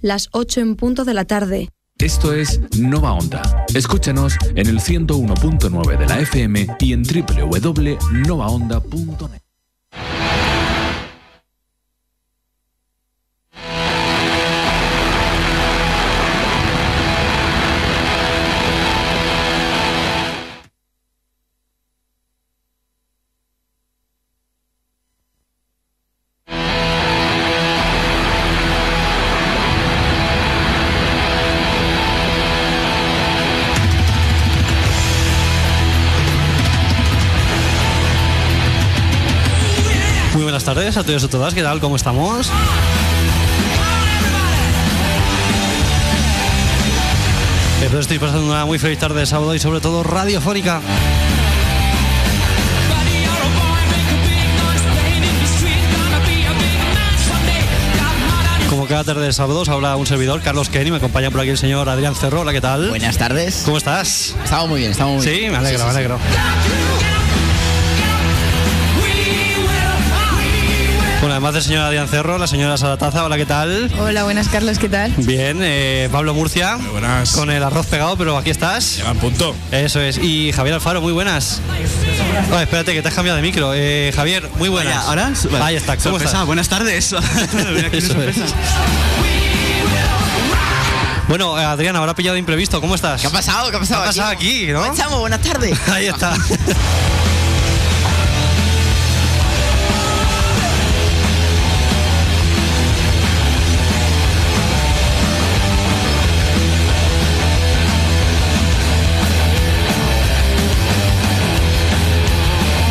las 8 en punto de la tarde. Esto es Nova Onda. Escúchanos en el 101.9 de la FM y en www.novaonda.net. Buenas tardes a todos y a todas, ¿qué tal? ¿Cómo estamos? Espero estoy pasando una muy feliz tarde de sábado y sobre todo radiofónica. Como cada tarde de sábado os habla un servidor, Carlos Kenny, me acompaña por aquí el señor Adrián Cerrola, ¿qué tal? Buenas tardes. ¿Cómo estás? Estamos muy bien, estamos muy Sí, bien. me alegro, me alegro. Bueno, además del señor Adrián Cerro, la señora Salataza, hola, ¿qué tal? Hola, buenas Carlos, ¿qué tal? Bien, eh, Pablo Murcia. Muy buenas. Con el arroz pegado, pero aquí estás. Lleva en punto. Eso es. Y Javier Alfaro, muy buenas. Oh, espérate, que te has cambiado de micro. Eh, Javier, muy buenas. Vaya, ¿ahora? Vale. Ahí está, ¿cómo Sorpresa, estás? Buenas tardes. Mira, qué Eso sorpresa. es. Bueno, eh, Adrián, ahora pillado de imprevisto, ¿cómo estás? ¿Qué ha pasado? ¿Qué ha pasado? ¿Qué ha pasado aquí, no? Estamos, buenas tardes. Ahí está.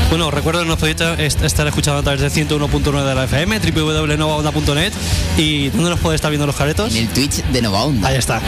Bueno, os recuerdo que nos podéis est- estar escuchando a través de 101.9 de la FM, www.novaonda.net y ¿dónde nos podéis estar viendo los caretos? En el Twitch de Nova Onda. Ahí está.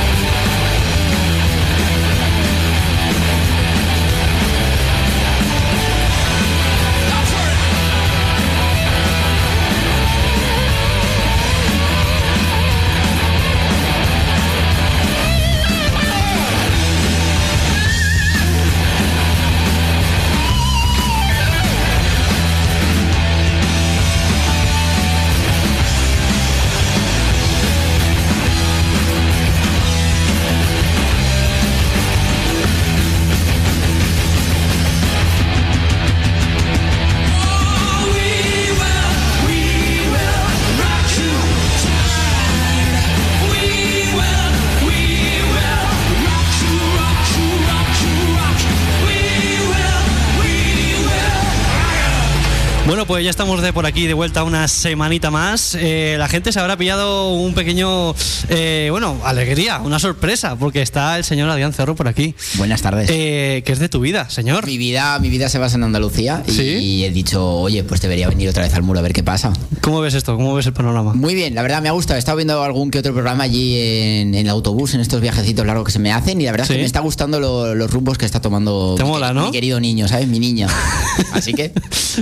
Bueno, pues ya estamos de por aquí de vuelta una semanita más. Eh, la gente se habrá pillado un pequeño, eh, bueno, alegría, una sorpresa, porque está el señor Adrián Cerro por aquí. Buenas tardes. Eh, que es de tu vida, señor. Mi vida, mi vida se basa en Andalucía y, ¿Sí? y he dicho, oye, pues debería venir otra vez al muro a ver qué pasa. ¿Cómo ves esto? ¿Cómo ves el panorama? Muy bien, la verdad me ha gustado. He estado viendo algún que otro programa allí en, en el autobús, en estos viajecitos largos que se me hacen y la verdad es Sí. que me está gustando lo- los rumbos que está tomando Te mi mola, queri- ¿no? mi querido niño, ¿sabes? Mi niña. Así que...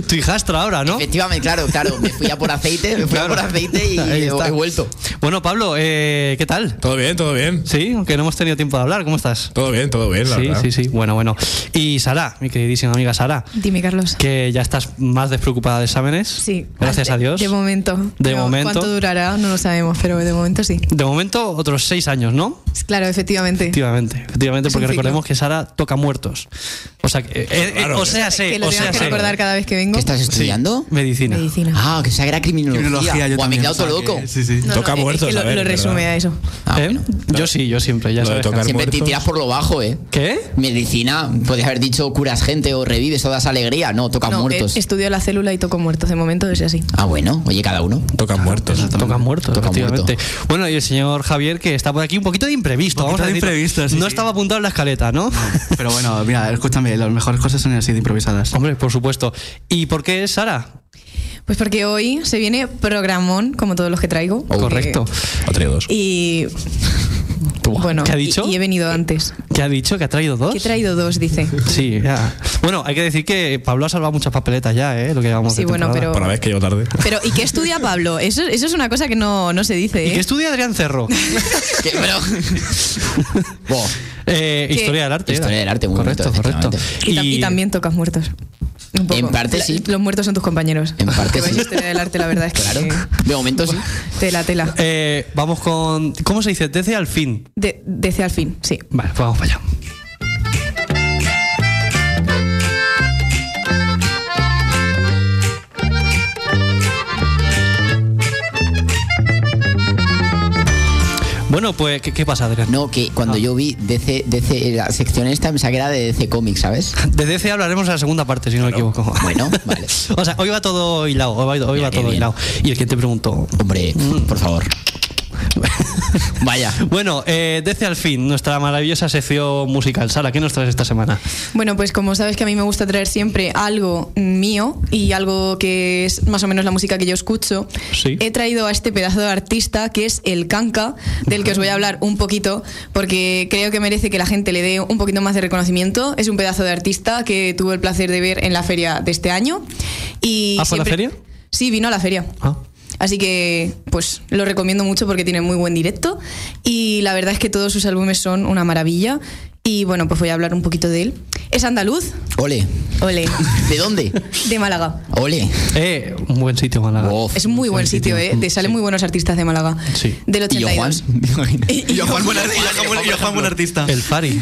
Tu hijastra ahora, ¿no? Efectivamente, claro, claro. Me fui a por aceite, me fui a Claro. por aceite y Ahí he, está. he vuelto. Bueno, Pablo, eh, ¿qué tal? Todo bien, todo bien. Sí, aunque no hemos tenido tiempo de hablar, ¿cómo estás? Todo bien, todo bien, la sí, verdad. sí, sí. Bueno, bueno. Y Sara, mi queridísima amiga Sara, Dime, Carlos. que ya estás más despreocupada de exámenes. Sí. Gracias De- a Dios. De momento. De No, momento. ¿Cuánto durará? No lo sabemos, pero de momento sí. De momento, otros seis años, ¿no? Claro, efectivamente. Efectivamente, efectivamente, Es un porque ciclo. recordemos que Sara toca muertos. O sea, que- eh, eh, Claro. o sea, sé, que lo o tengo sea, que sé. recordar cada vez que vengo. ¿Qué estás estudiando? Medicina. Medicina. Ah, que o sea, que era criminología. Criminología, yo Guau, me he también, quedado todo o sea loco. que- Sí, sí. Toca es que muertos, lo, a ver, lo ¿verdad? resume a eso. Ah, ¿Eh? bueno. Yo sí, yo siempre, ya Lo de sabes. tocar- Carlos. Siempre te muertos. tiras por lo bajo, ¿eh? ¿Qué? Medicina, podrías haber dicho curas gente o revives o das alegría. No, tocan No, muertos. eh, estudio la célula y toco muertos. De momento es así. Ah, bueno, oye, cada uno. Tocan muertos. Toca muertos, Toca efectivamente. Bueno, y el señor Javier, que está por aquí un poquito de imprevisto. Un poquito vamos a de decirlo. imprevisto, sí, No sí. estaba apuntado en la escaleta, ¿no? Pero bueno, mira, escúchame, las mejores cosas son así de improvisadas. Hombre, por supuesto. ¿Y por qué es Sara? Pues porque hoy se viene programón, como todos los que traigo. Oh, Correcto. Ha traído dos. Eh, y. Bueno, ¿Qué ha dicho? Y, y he venido antes. ¿Qué ha dicho? ¿Que ha traído dos? Que he traído dos, dice. Sí, ya. Bueno, hay que decir que Pablo ha salvado muchas papeletas ya, ¿eh? Lo que llevamos Sí, de bueno, temporada. pero- Por la vez que llego tarde. Pero, ¿y qué estudia Pablo? Eso, eso es una cosa que no, no se dice. ¿Y ¿eh? qué estudia Adrián Cerro? Que- pero- Buah, Eh, historia del arte. era. Historia del arte, muy Correcto, bonito, correcto. efectivamente. Y, tam- y también tocas muertos. Un poco. En parte La- sí. Los muertos son tus compañeros. En parte Que vais sí. a historia del arte, la verdad es que. Claro. De momento sí. Tela, tela. Eh, vamos con. ¿Cómo se dice? Desde al fin. De, desde al fin, sí. Vale, pues vamos para allá. Bueno, pues, ¿qué, qué pasa, Adrián? No, que cuando yo vi DC, DC, la sección esta, pensaba que era de DC Comics, ¿sabes? De DC hablaremos en la segunda parte, si no me equivoco. Bueno, vale. o sea, hoy va todo hilado, hoy va, hoy va Mira, qué todo bien. hilado. Y el que te preguntó. Hombre, por favor. Vaya. Bueno, eh, DC al fin, nuestra maravillosa sección musical. Sara, ¿qué nos traes esta semana? Bueno, pues como sabes que a mí me gusta traer siempre algo mío y algo que es más o menos la música que yo escucho, Sí. he traído a este pedazo de artista que es el Kanka, del que os voy a hablar un poquito porque creo que merece que la gente le dé un poquito más de reconocimiento. Es un pedazo de artista que tuve el placer de ver en la feria de este año. Y ¿Ah, fue a la siempre- feria? Sí, vino a la feria. Ah. Así que, pues, lo recomiendo mucho porque tiene muy buen directo. Y la verdad es que todos sus álbumes son una maravilla. Y bueno, pues voy a hablar un poquito de él. Es andaluz. Ole. Ole. ¿De dónde? De Málaga. Ole. Eh, un buen sitio, Málaga. Uf. Es muy buen sitio, ¿eh? Te salen muy buenos artistas de Málaga. Sí. Del Y yo, Juan. 82. Y yo, Juan, buen artista. Y yo, Juan, buen artista. El Fari.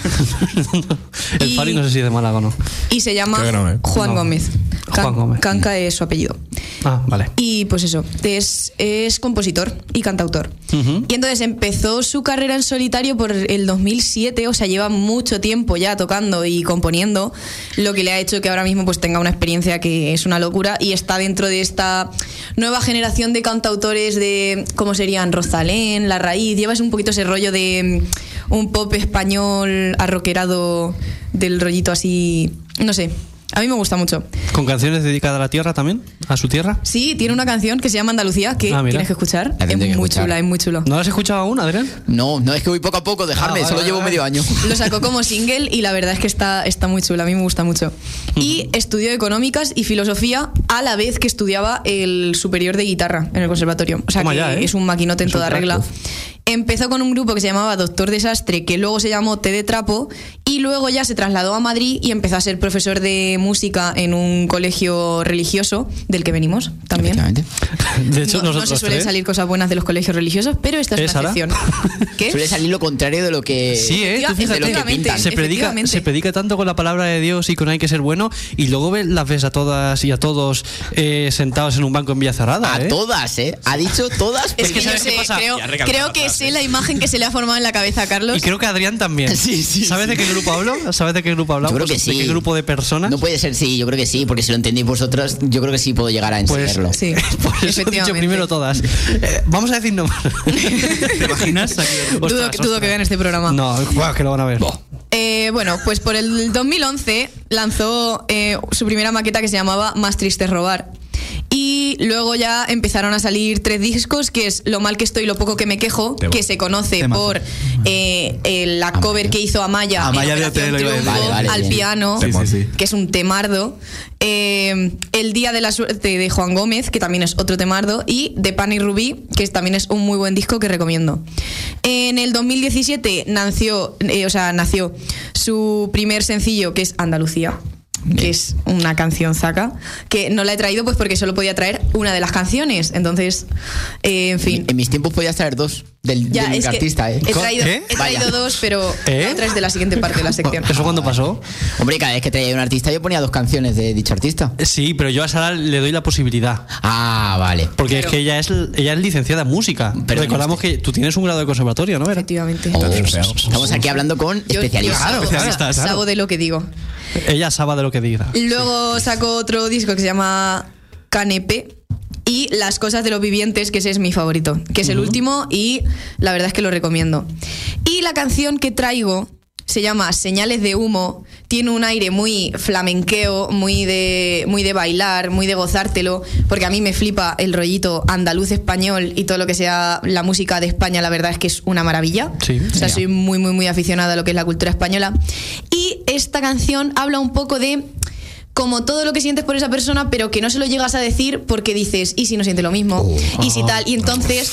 el Y- Fari no sé si es de Málaga o no. Y se llama Creo que no, ¿eh? Juan No. Gómez. Juan Gómez. Canca es su apellido. Ah, vale. Y pues eso, es, es compositor y cantautor. Ujú. Y entonces empezó su carrera en solitario por el 2007, o sea, lleva mucho tiempo ya tocando y componiendo, lo que le ha hecho que ahora mismo pues tenga una experiencia que es una locura y está dentro de esta nueva generación de cantautores de, ¿cómo serían? Rosalén, La Raíz, llevas un poquito ese rollo de mm, un pop español arroquerado del rollito así, no sé, a mí me gusta mucho. ¿Con canciones dedicadas a la tierra también? ¿A su tierra? Sí, tiene una canción que se llama Andalucía que Ah, mira. tienes que escuchar. La Es tendré muy que escuchar. chula, es muy chulo. ¿No las has escuchado aún, Adrián? No, no, es que voy poco a poco, dejarme, Ah, vale, solo vale, llevo vale. medio año. Lo sacó como single y la verdad es que está, está muy chula, a mí me gusta mucho. Y estudió económicas y filosofía a la vez que estudiaba el superior de guitarra en el conservatorio. O sea Toma que ya, ¿eh? es un maquinote en Es un toda crack, regla. uf. Empezó con un grupo que se llamaba Doctor Desastre, que luego se llamó Té de Trapo, y luego ya se trasladó a Madrid y empezó a ser profesor de música en un colegio religioso, del que venimos también. Efectivamente. De hecho, no, no nosotros se suelen tres. salir cosas buenas de los colegios religiosos, pero esta ¿Eh, es Sara? una excepción. ¿Qué? Suele salir lo contrario de lo que. Sí, ¿eh? Efectiva- Tú fíjate, de lo que pintan. se predica, efectivamente. se predica tanto con la palabra de Dios y con hay que ser bueno, y luego ves, las ves a todas y a todos eh, sentados en un banco en Villa Cerrada. A ¿eh? todas, ¿eh? Ha dicho todas. Es pero- que, que ¿sabes yo qué sé, pasa? creo, Ya recalca creo la que frase. sé la imagen que se le ha formado en la cabeza a Carlos. Y creo que Adrián también. Sí, sí, ¿Sabes de qué grupo hablo? ¿Sabes de qué grupo hablamos? Yo creo que ¿De sí. qué grupo de personas? No puede ser, sí, yo creo que sí, porque si lo entendéis vosotros, yo creo que sí puedo llegar a pues, entenderlo. Sí, por eso he dicho efectivamente. primero todas. Eh, vamos a decir nombres. ¿Te imaginas? dudo, Ostras, que, dudo ostras. que vean este programa. No, guau, que lo van a ver. Eh, bueno, pues por el 2011 lanzó eh, su primera maqueta que se llamaba Más triste es robar. Y luego ya empezaron a salir tres discos, que es Lo mal que estoy, lo poco que me quejo, Temazo. que se conoce Temazo. por eh, eh, la cover que hizo Amaya, en Amaya de Operación Otelo iba a decir. Triunfo, Vale, vale, al bien. piano. Sí, sí, sí. que es un temardo. eh, el Día de la Suerte de Juan Gómez, que también es otro temardo. Y De Pan y Rubí, que también es un muy buen disco que recomiendo. En el 2017 nació, eh, o sea, nació su primer sencillo, que es Andalucía. Que es una canción saca. Que no la he traído pues porque solo podía traer una de las canciones. Entonces, eh, en fin. En mis tiempos podías traer dos del, Ya, del es que artista, ¿eh? he traído, ¿Eh? he traído Vaya. dos, pero ¿Eh? la otra es de la siguiente parte de la sección. ¿Eso cuándo pasó? Hombre, cada vez que traía un artista, yo ponía dos canciones de dicho artista. Sí, pero yo a Sara le doy la posibilidad. Ah, vale. Porque Claro. es que ella es, ella es licenciada en música. Pero Recordamos que tú tienes un grado de conservatorio, ¿no? Vera? Efectivamente. Oh, Entonces, o sea, estamos aquí hablando con Yo- especialistas. yo sabo- especialista, sa- claro. sabo de lo que digo. Ella sabe de lo que diga. Luego sacó otro disco que se llama Canepe y Las cosas de los vivientes, que ese es mi favorito, que es el último y la verdad es que lo recomiendo. Y la canción que traigo se llama Señales de humo, tiene un aire muy flamenqueo, muy de muy de bailar, muy de gozártelo, porque a mí me flipa el rollito andaluz español y todo lo que sea la música de España, la verdad es que es una maravilla. Sí. O sea, Ya. soy muy, muy, muy aficionada a lo que es la cultura española. Y esta canción habla un poco de como todo lo que sientes por esa Oh, persona, pero que no se lo llegas a decir porque dices, ¿y si no siente lo mismo? ¿Y si tal? Y entonces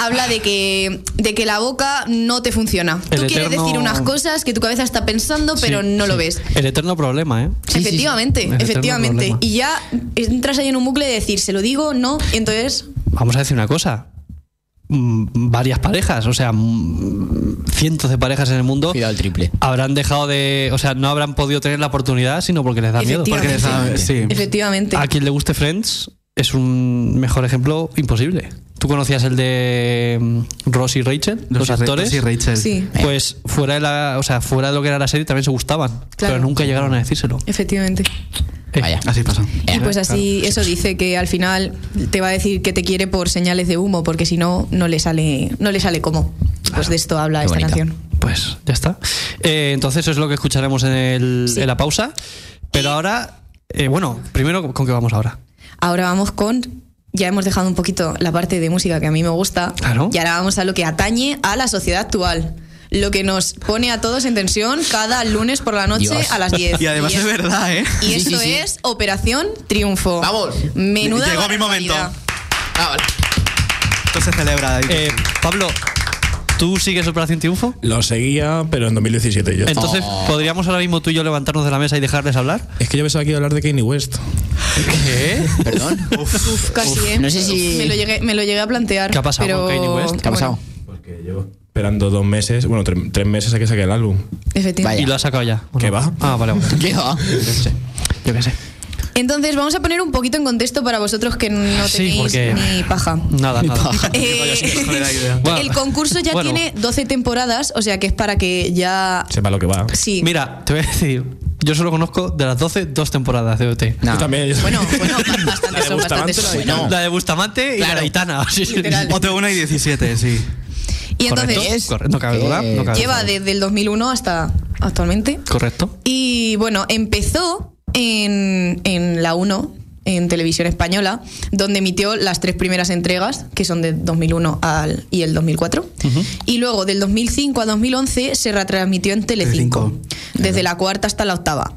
habla de que, de que la boca no te funciona. El tú quieres eterno- decir unas cosas que tu cabeza está pensando, pero Sí, no lo sí. ves. El eterno problema, ¿eh? Sí, sí, sí. efectivamente, El eterno efectivamente. problema. Y ya entras ahí en un bucle de decir, se lo digo, no, y entonces Vamos a decir una cosa. Mm, Varias parejas, o sea, mm, cientos de parejas en el mundo Cuidado el triple. habrán dejado de. O sea, no habrán podido tener la oportunidad, sino porque les da miedo. Efectivamente. Porque les da- sí. Efectivamente. A quien le guste Friends es un mejor ejemplo imposible. ¿Tú conocías el de mm, Ross y Rachel, los, Rachel- actores? Sí, Rachel. Sí, Pues fuera de la, o sea, fuera de lo que era la serie también se gustaban, pero nunca llegaron a decírselo. efectivamente. Eh, Vaya. Ah, Así pasa. Y pues así, eso dice que al final te va a decir que te quiere por señales de humo, porque si no, no le sale, no le sale cómo. Pues de esto habla Qué esta bonito. canción. Pues ya está. Eh, entonces eso es lo que escucharemos en, el- Sí. en la pausa. Pero ahora, eh, bueno, primero con qué vamos ahora. Ahora vamos con. Ya hemos dejado un poquito la parte de música que a mí me gusta. Claro. Y ahora vamos a lo que atañe a la sociedad actual. Lo que nos pone a todos en tensión cada lunes por la noche Dios. a las 10. Y además es es verdad, ¿eh? Y Sí, esto sí, sí. es Operación Triunfo. Vamos. Menuda. Llegó mi momento. barbaridad. Ah, vale. Esto se celebra. David. Eh, Pablo, ¿tú sigues Operación Triunfo? Lo seguía, pero en 2017 yo. Entonces, ¿podríamos ahora mismo tú y yo levantarnos de la mesa y dejarles hablar? Oh. Es que yo pensaba que iba a hablar de Kanye West. ¿Qué? Perdón. Uf, casi, ¿eh? no sé si- Me lo llegué, me lo llegué a plantear. ¿Qué ha pasado pero... con Kanye West? ¿Qué ha pasado? bueno, Porque yo esperando dos meses, bueno, tre- tres meses a que saque el álbum. efectivamente. ¿Y lo has sacado ya? ¿o no? ¿Qué va? Ah, vale, vale. ¿Qué va? Yo qué sé. Entonces, vamos a poner un poquito en contexto para vosotros que no Sí, tenéis porque- ni paja. Nada, nada. Eh, Bueno. el concurso ya Bueno. tiene 12 temporadas, o sea que es para que ya. Sepa lo que va. Sí. Mira, te voy a decir, yo solo conozco de las 12, dos temporadas de OT. No. Yo también. yo Bueno, también. La bueno, bastante de son, bastante Bustamante, la de son. Bueno. La de Bustamante y la de Aitana. Sí, sí. Literal. Otra 1 y 17, sí. Y entonces, Correcto, correcto. No cabe ¿Qué? duda. no cabe lleva duda. desde el 2001 hasta actualmente. Correcto. Y bueno, empezó en, en la 1, en televisión española, donde emitió las tres primeras entregas, que son de 2001 al, y el 2004. Y luego, del 2005 a 2011, se retransmitió en Telecinco, Telecinco. desde la cuarta hasta la octava.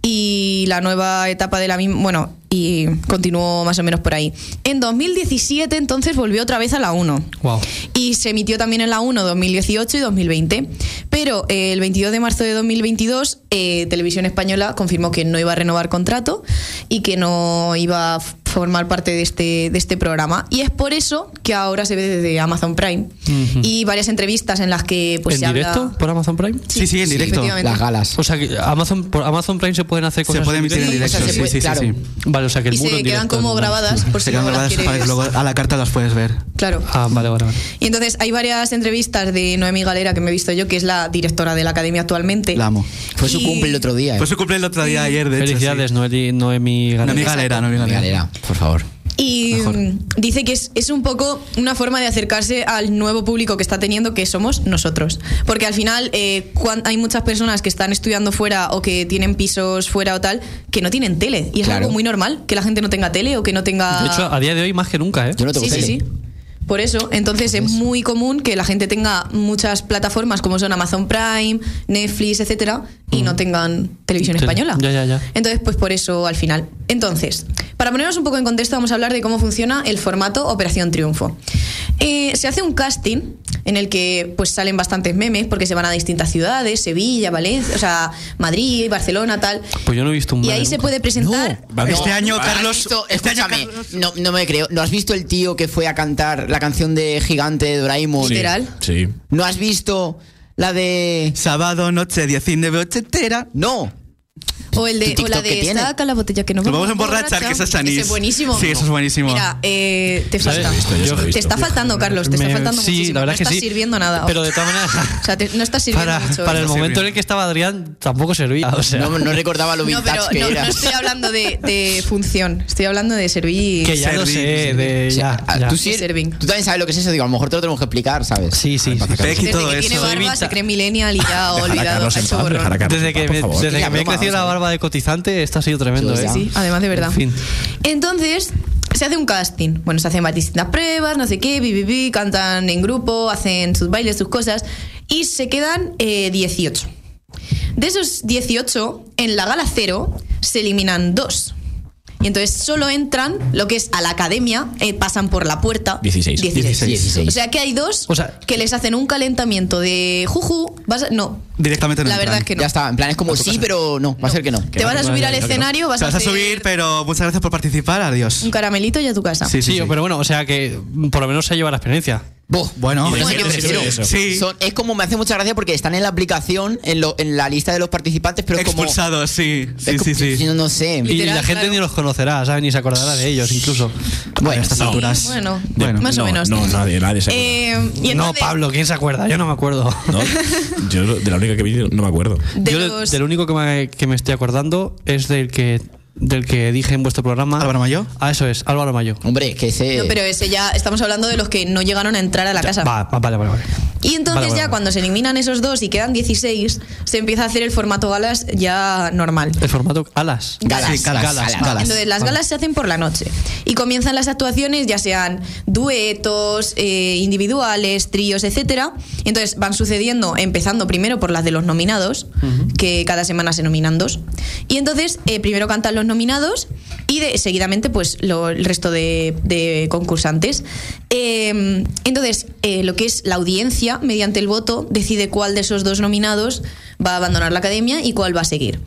Y la nueva etapa de la misma, bueno, y continuó más o menos por ahí. En 2017 entonces volvió otra vez a la 1. Wow. Y se emitió también en la 1 2018 y 2020. Pero eh, el 22 de marzo de 2022, eh, Televisión Española confirmó que no iba a renovar contrato y que no iba a f- formar parte de este, de este programa. Y es por eso que ahora se ve desde Amazon Prime. Y varias entrevistas en las que pues, ¿En se directo habla. por Amazon Prime? Sí, sí, en directo. efectivamente. Las galas. O sea, que Amazon, por Amazon Prime se pueden hacer cosas. Se puede emitir en Sí, o directo, sea, se sí, puede- sí, sí, claro. sí. Vale, o sea que el Y muro se en quedan directo, como vale. grabadas por si Se quedan luego las grabadas para que quieres- luego a la carta las puedes ver. Claro. Ah, vale, vale, vale. Y entonces hay varias entrevistas de Noemi Galera que me he visto yo, que es la directora de la academia actualmente. La amo. Fue su Y- cumple el otro día. eh. Pues su cumple el otro día ayer, de hecho. Felicidades, sí. Noeli, Noemi No, Galera. mi galera, no mi Mi galera. galera, por favor. Y Mejor. mm, dice que es, es un poco una forma de acercarse al nuevo público que está teniendo, que somos nosotros. Porque al final eh, cuan- hay muchas personas que están estudiando fuera o que tienen pisos fuera o tal, que no tienen tele. Y es Claro. algo muy normal que la gente no tenga tele o que no tenga... De hecho, a día de hoy más que nunca, ¿eh? Yo no tengo sí, sí, tele. sí. Por eso, entonces es muy común que la gente tenga muchas plataformas como son Amazon Prime, Netflix, etcétera, y no tengan televisión Tele. española. Ya, ya, ya. Entonces, pues por eso al final. Entonces, para ponernos un poco en contexto, vamos a hablar de cómo funciona el formato Operación Triunfo. Eh, se hace un casting en el que pues salen bastantes memes porque se van a distintas ciudades, Sevilla, Valencia, o sea, Madrid, Barcelona, tal. Pues yo no he visto un Y meme ahí se nunca. puede presentar. Vale. Este año, ¿Has Carlos- visto- este año, escúchame, Carlos- no, no me creo. ¿No has visto el tío que fue a cantar la canción de Gigante de Doraemon? Sí. Literal. Sí. ¿No has visto la de. Sábado, noche, 19, ochentera. No? O el de, ¿Tu o la TikTok qué de tiene? saca la botella que no Nos vamos a emborrachar, que esa es Chanís. Ese es buenísimo. Sí, eso es buenísimo. Mira, eh, te ¿Sabes? falta. Esto ya se lo he Te visto. está faltando, Carlos, te está Me- faltando sí, muchísimo. la verdad no que estás sí. sirviendo nada. Pero de todas maneras. o sea, te- no estás sirviendo Para, mucho. para el ¿eh? No momento en el sirviendo. que estaba Adrián tampoco servía. O sea, No, no recordaba lo No, vintage pero que no, era. no estoy hablando de, de función, estoy hablando de servir. que ya lo Serví, sé. De, O sea, ya, ah, ya. ¿tú, sí- Serving. tú también sabes lo que es eso, digo, a lo mejor te lo tenemos que explicar, ¿sabes? Sí, sí. sí. Becky, Desde todo que tiene eso. barba se cree millennial y ya ha Dejar a olvidado. Carlos ha en hecho paz, borrón. dejar a Carlos Desde en paz, que, por me, favor. desde Es que me he broma, crecido vamos la a ver. barba de cotizante, esto ha sido tremendo, Sí, ¿eh? ya. Sí, además de verdad. En fin. Entonces, se hace un casting. Bueno, se hacen varias distintas pruebas, no sé qué, bi, bi, bi, cantan en grupo, hacen sus bailes, sus cosas. Y se quedan eh, 18. De esos 18, en la gala cero se eliminan dos. Y entonces solo entran lo que es a la academia, eh, pasan por la puerta. 16. 16. O sea que hay dos O sea- que les hacen un calentamiento de juju, vas a- no, Directamente no la verdad entran. es que no. Ya está, en plan es como sí, pero no, va a ser que no. Te vas a subir al Claro que no. escenario, O vas, sea, vas a hacer subir, pero muchas gracias por participar. Adiós. un caramelito y a tu casa. Sí, Sí, sí, sí. pero bueno, o sea que mm, por lo menos se lleva la experiencia. Buh, Bueno, Eso es lo que Bueno, prefiero. eso. sí. Son- es como me hace mucha gracia porque están en la aplicación, en, lo- en la lista de los participantes, pero es como. Expulsados, sí. es Sí, como- sí, sí. Yo no sé. Y Literal, la gente claro. ni los conocerá, ¿sabes? Ni se acordará de ellos, incluso. Bueno, estas Sí, alturas. Bueno, Bueno, más no, o menos. No, nadie, nadie se acuerda. Eh, y no, entonces, Pablo, ¿quién se acuerda? Yo no me acuerdo. No, yo de la única que vi no me acuerdo. de Yo de- los- del único que me, que me estoy acordando es del que del que dije en vuestro programa. Álvaro Mayo. Ah, eso es, Álvaro Mayo. Hombre, que ese. No, Eh, pero ese ya estamos hablando de los que no llegaron a entrar a la casa. Va, va, vale, vale, vale. Y entonces Vale, vale, ya vale. cuando se eliminan esos dos y quedan 16, se empieza a hacer el formato galas ya normal. El formato Alas. Galas, Sí, galas, galas, galas. galas. Entonces las galas se hacen por la noche y comienzan las actuaciones ya sean duetos, eh, individuales, tríos, etcétera. Entonces van sucediendo, empezando primero por las de los nominados, que cada semana se nominan dos. Y entonces eh, primero cantan los nominados y de- seguidamente pues lo- el resto de, de concursantes. Eh, entonces eh, lo que es la audiencia mediante el voto decide cuál de esos dos nominados va a abandonar la academia y cuál va a seguir.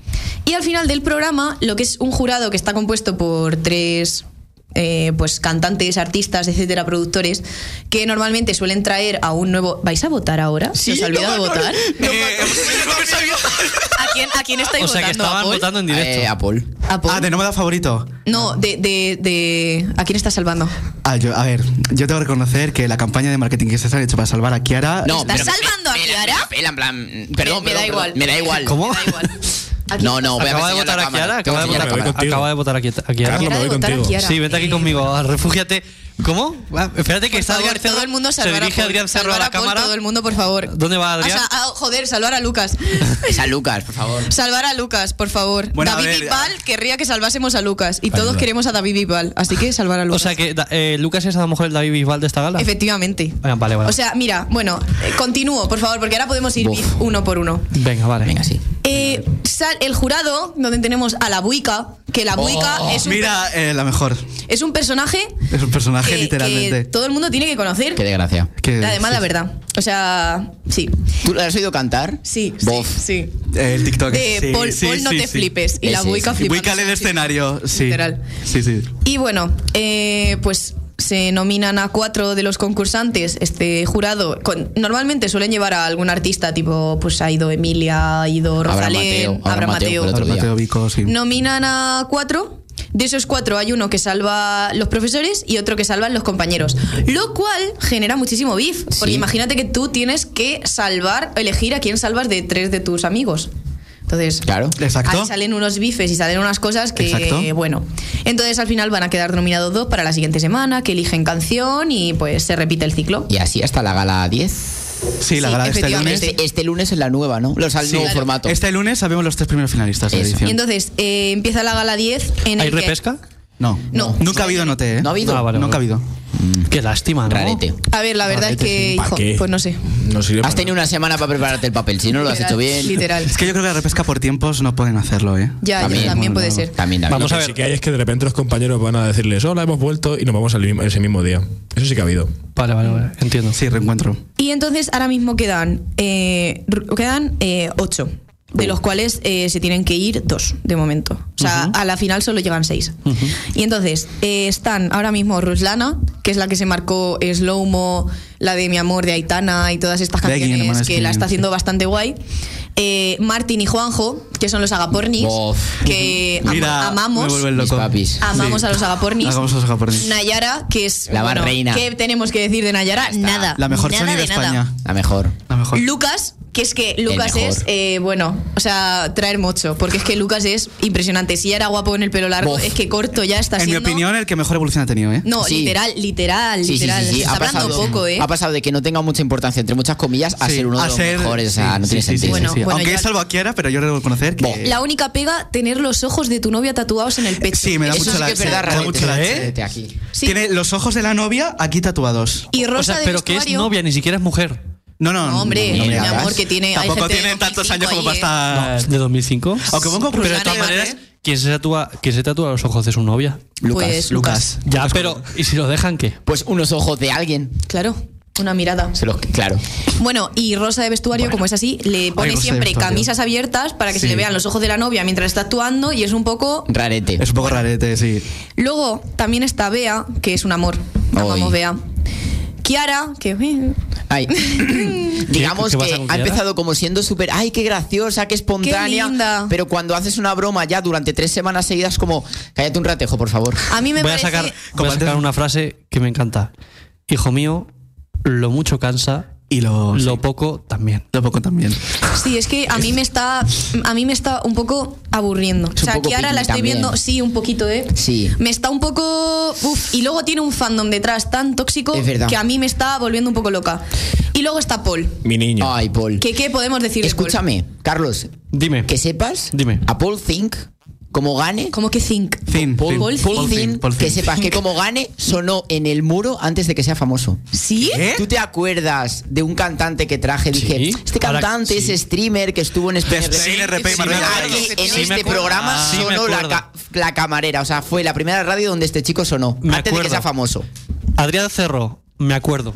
Y al final del programa, lo que es un jurado que está compuesto por tres eh, pues cantantes, artistas, etcétera, productores, que normalmente suelen traer a un nuevo. ¿Vais a votar ahora? ¿Se os ha olvidado votar? ¿A quién, a quién estáis O sea que votando? ¿A estaban Paul? votando en Eh, directo. Apple. ¿A Paul? Ah, de no me da favorito. No, de, de, de- ¿A quién estás salvando? Ah, yo, a ver, yo tengo que reconocer que la campaña de marketing que se ha hecho para salvar a Kiara. No, Ah, ¿Estás pero me- salvando a me- me la- Kiara? me la pela, en plan, perdón, me da perdón, igual. perdón, Me da igual. ¿Cómo? Da igual. ¿A quién No, no, voy a Acaba de enseñar votar la a cámara, Kiara. te voy Acaba de enseñar votar la a- cámara. contigo. acaba de votar a Kiara. Carlos, Quiera me voy votar a contigo. Kiara. Eh, Sí, vente aquí conmigo, ah, refúgiate. ¿Cómo? Ah, Espérate que Por está favor, Adrián Cerro. todo el mundo Se salvar dirige a Paul, Adrián Cerro a salvar la Paul, cámara. todo el mundo, por favor. ¿Dónde va O Adrián? sea, ah, joder, salvar a Lucas. San Lucas, por favor. Salvar a Lucas, por favor. Bueno, a David ver, Bisbal querría que salvásemos a Lucas. Y todos Ayuda. queremos a David Bisbal. Así que salvar a O Lucas. sea que da- eh, Lucas es a lo mejor el David Bisbal de esta gala. Efectivamente. Ah, vale, vale. O sea, mira, bueno, eh, continúo, por favor, porque ahora podemos ir Buf. uno por uno. Venga, vale. Venga, sí. Eh, sal- el jurado, donde tenemos a la buica, que la buica Oh, es, un Mira, eh, la mejor. es un personaje. Es un personaje, que- literalmente. que todo el mundo tiene que conocer. Qué desgracia. Que- Además, Eh, sí, la verdad. O sea, sí. ¿Tú la has oído cantar? Sí, sí, Bof. sí. Eh, El TikTok. De sí, Paul, sí, Paul no sí, te sí. flipes. Y la Ese, buica ese. flipando Wicca en el en el escenario, sí. Literal. Sí, sí. Y bueno, eh, pues se nominan a cuatro de los concursantes este jurado. Con- normalmente suelen llevar a algún artista, tipo, pues ha ido Emilia, ha ido Abraham Rosalén, Mateo, Abraham Abraham Mateo, Mateo. Otro día. Mateo Vico, sí. Nominan a cuatro. De esos cuatro hay uno que salva los profesores y otro que salvan los compañeros. Lo cual genera muchísimo beef. Porque Sí. imagínate que tú tienes que salvar, elegir a quién salvas de tres de tus amigos. Entonces, Claro. Exacto. Ahí salen unos bifes y salen unas cosas que, Exacto. bueno. Entonces al final van a quedar nominados dos para la siguiente semana, que eligen canción y pues se repite el ciclo. Y así hasta la gala 10. Sí, la Sí, gala de este efectivamente. lunes. Este, este lunes es la nueva, ¿no? Los al Sí. nuevo formato. Este lunes sabemos los tres primeros finalistas de Eso. edición. Y entonces eh, empieza la gala 10 en ¿Hay el que- repesca? No. No. Nunca ha habido noté, ¿eh? No ha habido. Ah, vale, Nunca ha vale. habido. Qué lástima, ¿no? Rarete. A ver, la verdad este es que, ¿Pa hijo, qué? pues no sé. No sirve Has para tenido una semana para prepararte el papel. Si no lo has hecho bien. Literal. Es que yo creo que la repesca por tiempos no pueden hacerlo, ¿eh? Ya, ya, También. también, puede Bueno, ser. También, también. Lo Vamos a que ver. sí que hay es que de repente los compañeros van a decirles, hola, hemos vuelto y nos vamos al mismo- ese mismo día. Eso sí que ha habido. Vale, vale, vale. Entiendo. Sí, reencuentro. Y entonces ahora mismo quedan, eh, ru- quedan eh, ocho, de los cuales eh, se tienen que ir dos de momento. O sea, a la final solo llegan seis. Y entonces eh, están ahora mismo Ruslana, que es la que se marcó Slow Mo, la de Mi Amor de Aitana y todas estas Begging, canciones hermano, es que que- la está haciendo bastante guay. Eh, Martín y Juanjo, que son los agapornis, Bof. que ama- Mira, me amamos. vuelven Mis loco. papis. Amamos a los agapornis. Hagamos a los agapornis. Nayara, que es La más reina. ¿Qué tenemos que decir de Nayara? Nada. La mejor nada Sony de nada. España. La mejor. La mejor. Lucas, que es que Lucas mejor. es, eh, bueno, o sea, traer mucho, porque es que Lucas es impresionante. Si ya era guapo en el pelo largo, Bof. es que corto ya está en mi siendo. opinión, el que mejor evolución ha tenido, ¿eh? No, Sí. literal, literal, Sí, sí, literal. sí, sí. Se Está hablando poco, ¿eh. ha pasado de que no tenga mucha importancia, entre muchas comillas, a Sí, ser uno de los mejores. O sea, sí, no sí, tiene sí, sí, sentido. sí, Bueno, sí. bueno, Aunque yo- he salvo a Kiara, pero yo debo reconocer que. Bo. La única pega, tener los ojos de tu novia tatuados en el pecho. Sí, me da Eso mucho sí la que es verdad, me da mucho la realmente. ¿eh? Vete aquí. Sí. Tiene los ojos de la novia aquí tatuados. Y Rosa O sea, de pero que es vestuario- novia, ni siquiera es mujer. No, no, No, hombre, No me mi hagas. amor, que tiene. hay Tampoco gente de tienen tantos 2005 años como ahí, para ¿eh? estar. ¿De 2005? Aunque Pero pongo Cruz de todas Anima, maneras, ¿eh? quien se tatúa, quien se tatúa los ojos de su novia. Lucas, Pues, Lucas. Ya, pero ¿y si lo dejan qué? Pues unos ojos de alguien. Claro, una mirada. Se los, claro. Bueno, y rosa de vestuario, como es así, le pone rosa de siempre vestuario. camisas abiertas para que se Sí. le vean los ojos de la novia mientras está actuando y es un poco... Rarete. Es un poco rarete, sí. Luego también está Bea, que es un amor. Amamos Oy. Bea. Kiara, que... eh, Ay. Digamos ¿Qué pasa que con ha Kiara? empezado como siendo súper, ay, qué graciosa, qué espontánea. Qué linda. Pero cuando haces una broma ya durante tres semanas seguidas, como, cállate un ratejo, por favor. A mí me voy, parece... a sacar, voy a Comparte- sacar una frase que me encanta. Hijo mío, lo mucho cansa, Y Oh, lo, lo poco también. lo poco también. Sí, es que a mí me está, a mí me está un poco aburriendo. Es un o sea, poco Kiara piqui la estoy también. viendo, sí, un poquito, ¿eh? Sí. Me está un poco. Uf, y luego tiene un fandom detrás tan tóxico Es verdad. que a mí me está volviendo un poco loca. Y luego está Paul. Mi niño. Ay, Paul. ¿Qué, qué podemos decir? de Paul? Escúchame, Carlos, Dime. que sepas Dime. a Paul Think, como gane, ¿Cómo que Think? Thin, Paul, thin, Paul Paul Think, Thin, Paul que Thin. sepas que como gane sonó en el muro antes de que sea famoso. ¿Sí? ¿Tú te acuerdas de un cantante que traje? Dije, ¿Eh? Sí. este Ahora- cantante sí. es streamer que estuvo en España. De Spain RP, Aquí, Marbella Live. en Sí, me este acuerdo. Ah, programa Sí, me sonó la, acuerdo. ca- la camarera. O sea, fue la primera radio donde este chico sonó. Me antes de que acuerdo. sea famoso. Adrián Cerro, me acuerdo.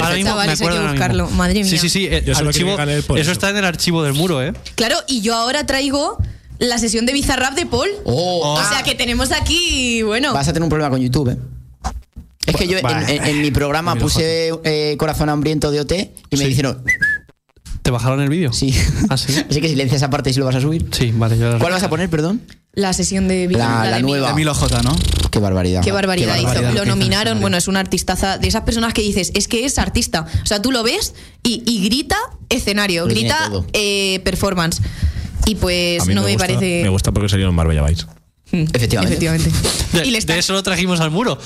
Ahora mismo Chavales, me acuerdo hay que ahora mismo. buscarlo, madre Sí, mía. sí, sí. eh, Yo solo archivo- quería ganar eso, por eso. está en el archivo del muro, ¿eh? Claro, y yo ahora traigo la sesión de Bizarrap de Paul. Oh, O sea que tenemos aquí, bueno. Vas a tener un problema con YouTube. eh. Es que yo en, Vale. en- en mi programa Mira, puse eh, corazón hambriento de OT y me Sí. dijeron, ¿Te bajaron el vídeo? sí. ¿Ah, sí? Así que silencia esa parte y si lo vas a subir. Sí, vale. yo- ¿Cuál vas a poner, perdón? La sesión de La- de la Miguel. nueva. De Milo J, ¿no? Qué barbaridad. Qué barbaridad, hizo. barbaridad lo Lo que hizo nominaron. Miguel. Bueno, es una artistaza de esas personas que dices, es que es artista. O sea, tú lo ves y, y grita escenario, Lo tiene grita todo. eh, performance. Y pues A mí no me, gusta- parece. Me gusta porque salieron Marbella Vice. Mm, Efectivamente. De, y le está- de eso lo trajimos al muro.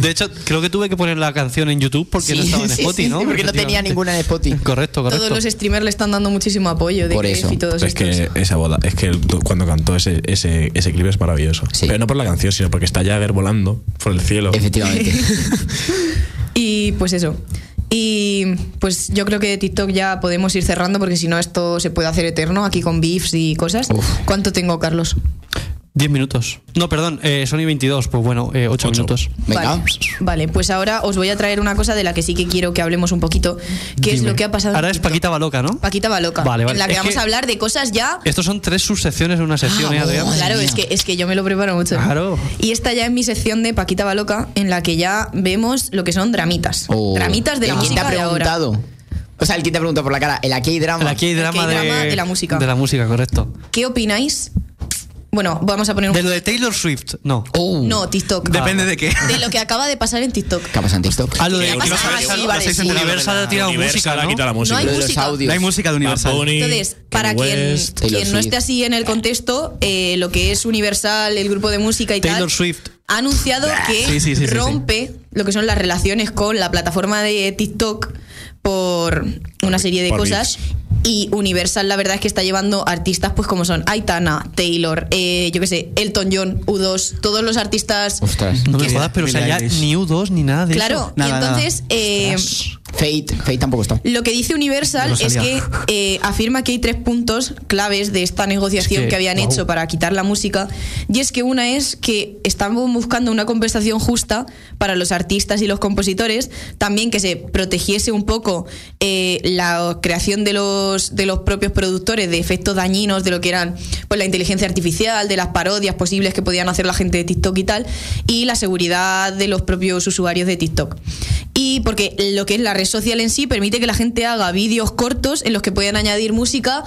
De hecho, creo que tuve que poner la canción en YouTube porque no Sí, estaba en sí, Spotify, sí, ¿no? sí, porque no tenía Efectivamente. ninguna en Spotify. Correcto, correcto. todos los streamers le están dando muchísimo apoyo de Por Gref eso. y todos Es que estos. esa boda, es que el- cuando cantó ese, ese, ese clip es maravilloso. Sí. Pero no por la canción, sino porque está Jagger volando por el cielo. Efectivamente. Y pues eso. Y pues yo creo que de TikTok ya podemos ir cerrando porque si no esto se puede hacer eterno aquí con beefs y cosas. Uf. ¿Cuánto tengo, Carlos? 10 minutos. No, perdón, eh, Sony 22. Pues bueno, 8 Ocho. minutos. Venga. Vale, vale, pues ahora os voy a traer una cosa de la que sí que quiero que hablemos un poquito, que es Dime. lo que ha pasado. en Ahora es TikTok. Paquita Baloca, ¿no? Paquita Baloca, Vale, vale. en la que Es vamos que- a hablar de cosas ya. Estos son tres subsecciones en una sección, Ah, ¿eh, Adrián? madre Claro, mía. es que, es que yo me lo preparo mucho. Claro. Y esta ya es mi sección de Paquita Baloca, en la que ya vemos lo que son dramitas. Oh. Dramitas de la ¿El quién te música ha de ahora. preguntado? O sea, el quien te ha preguntado por la cara. El aquí hay drama. Aquí hay El drama, K-drama de, de la música. De la música, correcto. ¿Qué opináis? Bueno, vamos a poner De lo un... de Taylor Swift, no. Oh. No, TikTok. Depende de qué. De lo que acaba de pasar en TikTok. ¿Qué ha pasado en TikTok? Ah, lo de ¿Qué ha pasado? Universal. Ah, sí, vale, sí. Universal ha tirado Universal música, ha ¿no? quitado la música. No hay Lo de los música. audios. No hay música de Universal. Bad Bunny, Entonces, Kanye para quien, West. Taylor quien no esté Swift. así en el contexto, eh, lo que es Universal, el grupo de música y Taylor tal, Swift. ha anunciado que sí, sí, sí, sí, rompe lo que son las relaciones con la plataforma de TikTok por una serie de por cosas. bits. Y Universal, la verdad es que está llevando artistas, pues como son Aitana, Taylor, eh, yo qué sé, Elton John, U2, todos los artistas. Ostras. No me Billie- jodas, pero o sea, Billie ya Eilish. ni U2 ni nada de Claro, eso. y Nada, nada. entonces. eh, Fate. Fate tampoco está. Lo que dice Universal Yo lo es que sabía. eh, afirma que hay tres puntos claves de esta negociación Es que, que, habían wow. hecho para quitar la música. Y es que una es que estamos buscando una compensación justa para los artistas y los compositores. También que se protegiese un poco eh, la creación de los, de los propios productores de efectos dañinos, de lo que eran pues, la inteligencia artificial, de las parodias posibles que podían hacer la gente de TikTok y tal. Y la seguridad de los propios usuarios de TikTok. Y porque lo que es la red social en sí permite que la gente haga vídeos cortos en los que puedan añadir música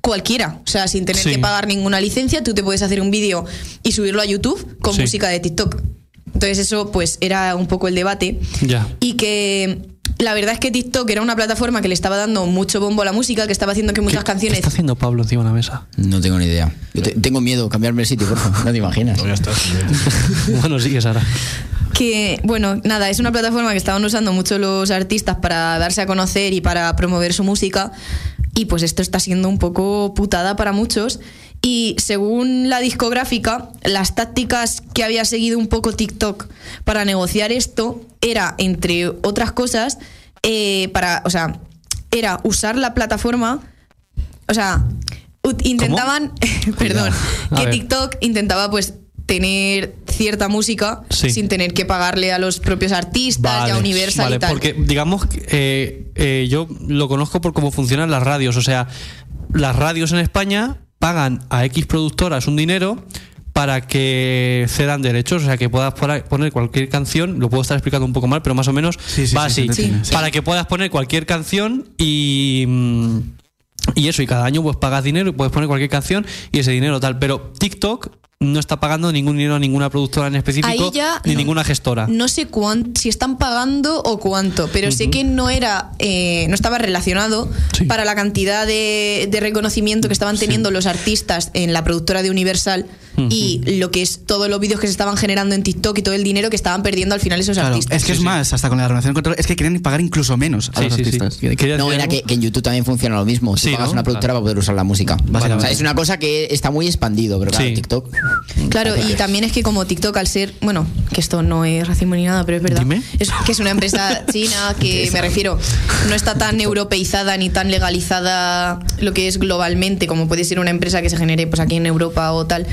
cualquiera. O sea, sin tener Sí. que pagar ninguna licencia, tú te puedes hacer un vídeo y subirlo a YouTube con Sí. música de TikTok. Entonces eso pues era un poco el debate. Ya. Y que la verdad es que TikTok era una plataforma que le estaba dando mucho bombo a la música, que estaba haciendo que muchas ¿Qué- canciones... ¿Qué está haciendo Pablo encima de la mesa? No tengo ni idea. Yo te- tengo miedo cambiarme el sitio, por favor. No te imaginas. Ya está. bueno, sí, Sara. Que, bueno, nada, es una plataforma que estaban usando mucho los artistas para darse a conocer y para promover su música. Y pues esto está siendo un poco putada para muchos. Y según la discográfica, las tácticas que había seguido un poco TikTok para negociar esto era, entre otras cosas, eh, para, o sea, era usar la plataforma o sea, ut- intentaban, perdón, A que ver. TikTok intentaba pues tener cierta música Sí. sin tener que pagarle a los propios artistas y a Universal vale, y tal. porque digamos que eh, eh, yo lo conozco por cómo funcionan las radios. O sea, las radios en España pagan a X productoras un dinero para que cedan derechos, o sea, que puedas por ahí poner cualquier canción, lo puedo estar explicando un poco mal, pero más o menos Sí, sí, va sí, se así, entiende, sí. para que puedas poner cualquier canción y mm, y eso, y cada año pues pagas dinero y puedes poner cualquier canción y ese dinero tal, pero TikTok no está pagando ningún dinero a ninguna productora en específico Ahí ya ni no. ninguna gestora. No sé cuán- si están pagando o cuánto, pero sé que no era, eh, no estaba relacionado Sí. para la cantidad de, de reconocimiento que estaban teniendo los artistas en la productora de Universal y lo que es todos los vídeos que se estaban generando en TikTok y todo el dinero que estaban perdiendo al final esos Claro, artistas. es que es más, hasta con la relación control, es que quieren pagar incluso menos a Sí, los sí, sí. artistas. ¿Querías No, decir era algo? que, que en YouTube también funciona lo mismo. Tú Sí, pagas ¿no? una productora Claro. para poder usar la música. Vale, o sea, vale. es una cosa que está muy expandido, pero claro, Sí. TikTok. Mm, Claro, y también es que como TikTok al ser, bueno, que esto no es racismo ni nada, pero es verdad. Dime. Es que es una empresa china que me refiero, no está tan europeizada ni tan legalizada lo que es globalmente como puede ser una empresa que se genere pues aquí en Europa o tal,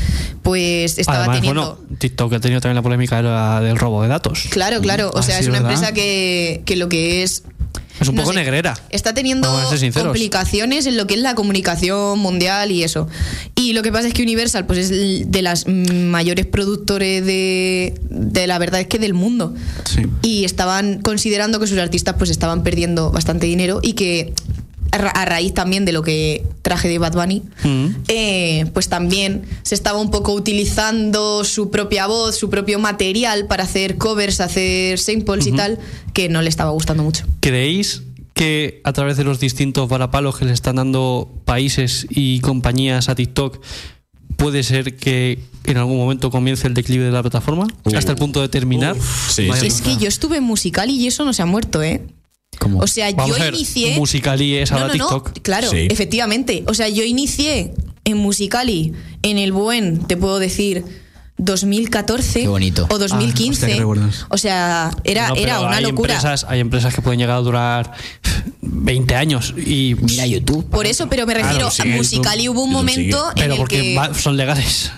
pues estaba Además, teniendo bueno, TikTok ha tenido también la polémica de la- del robo de datos. Claro, claro, o Ah, sea, sí, es una ¿verdad? empresa que, que lo que es Es un no poco sé, negrera. Está teniendo Vamos a ser sinceros. complicaciones en lo que es la comunicación mundial y eso. Y lo que pasa es que Universal pues es l- de las mm, mayores productores de, de la verdad es que del mundo. Sí. Y estaban considerando que sus artistas pues estaban perdiendo bastante dinero y que a ra- a raíz también de lo que traje de Bad Bunny, Mm. eh, pues también se estaba un poco utilizando su propia voz, su propio material para hacer covers, hacer samples y tal, que no le estaba gustando mucho. ¿Creéis que a través de los distintos varapalos que le están dando países y compañías a TikTok puede ser que en algún momento comience el declive de la plataforma hasta el punto de terminar? sí, Vaya sí. Es que yo estuve en musical y eso no se ha muerto, ¿eh? ¿Cómo? O sea, Vamos a yo ver, inicié. Musical.ly es ahora no, no, TikTok. No, claro, Sí. efectivamente. O sea, yo inicié en Musicali, en el buen, te puedo decir, 2014 Qué bonito. o 2015. Ah, hostia, qué recuerdos. o sea, era, No, pero era una hay locura. Empresas, hay empresas que pueden llegar a durar 20 años y. Mira YouTube. Por eso, pero me refiero sí, a Musicali YouTube- hubo un YouTube momento sigue. en Pero el porque que va- son legales.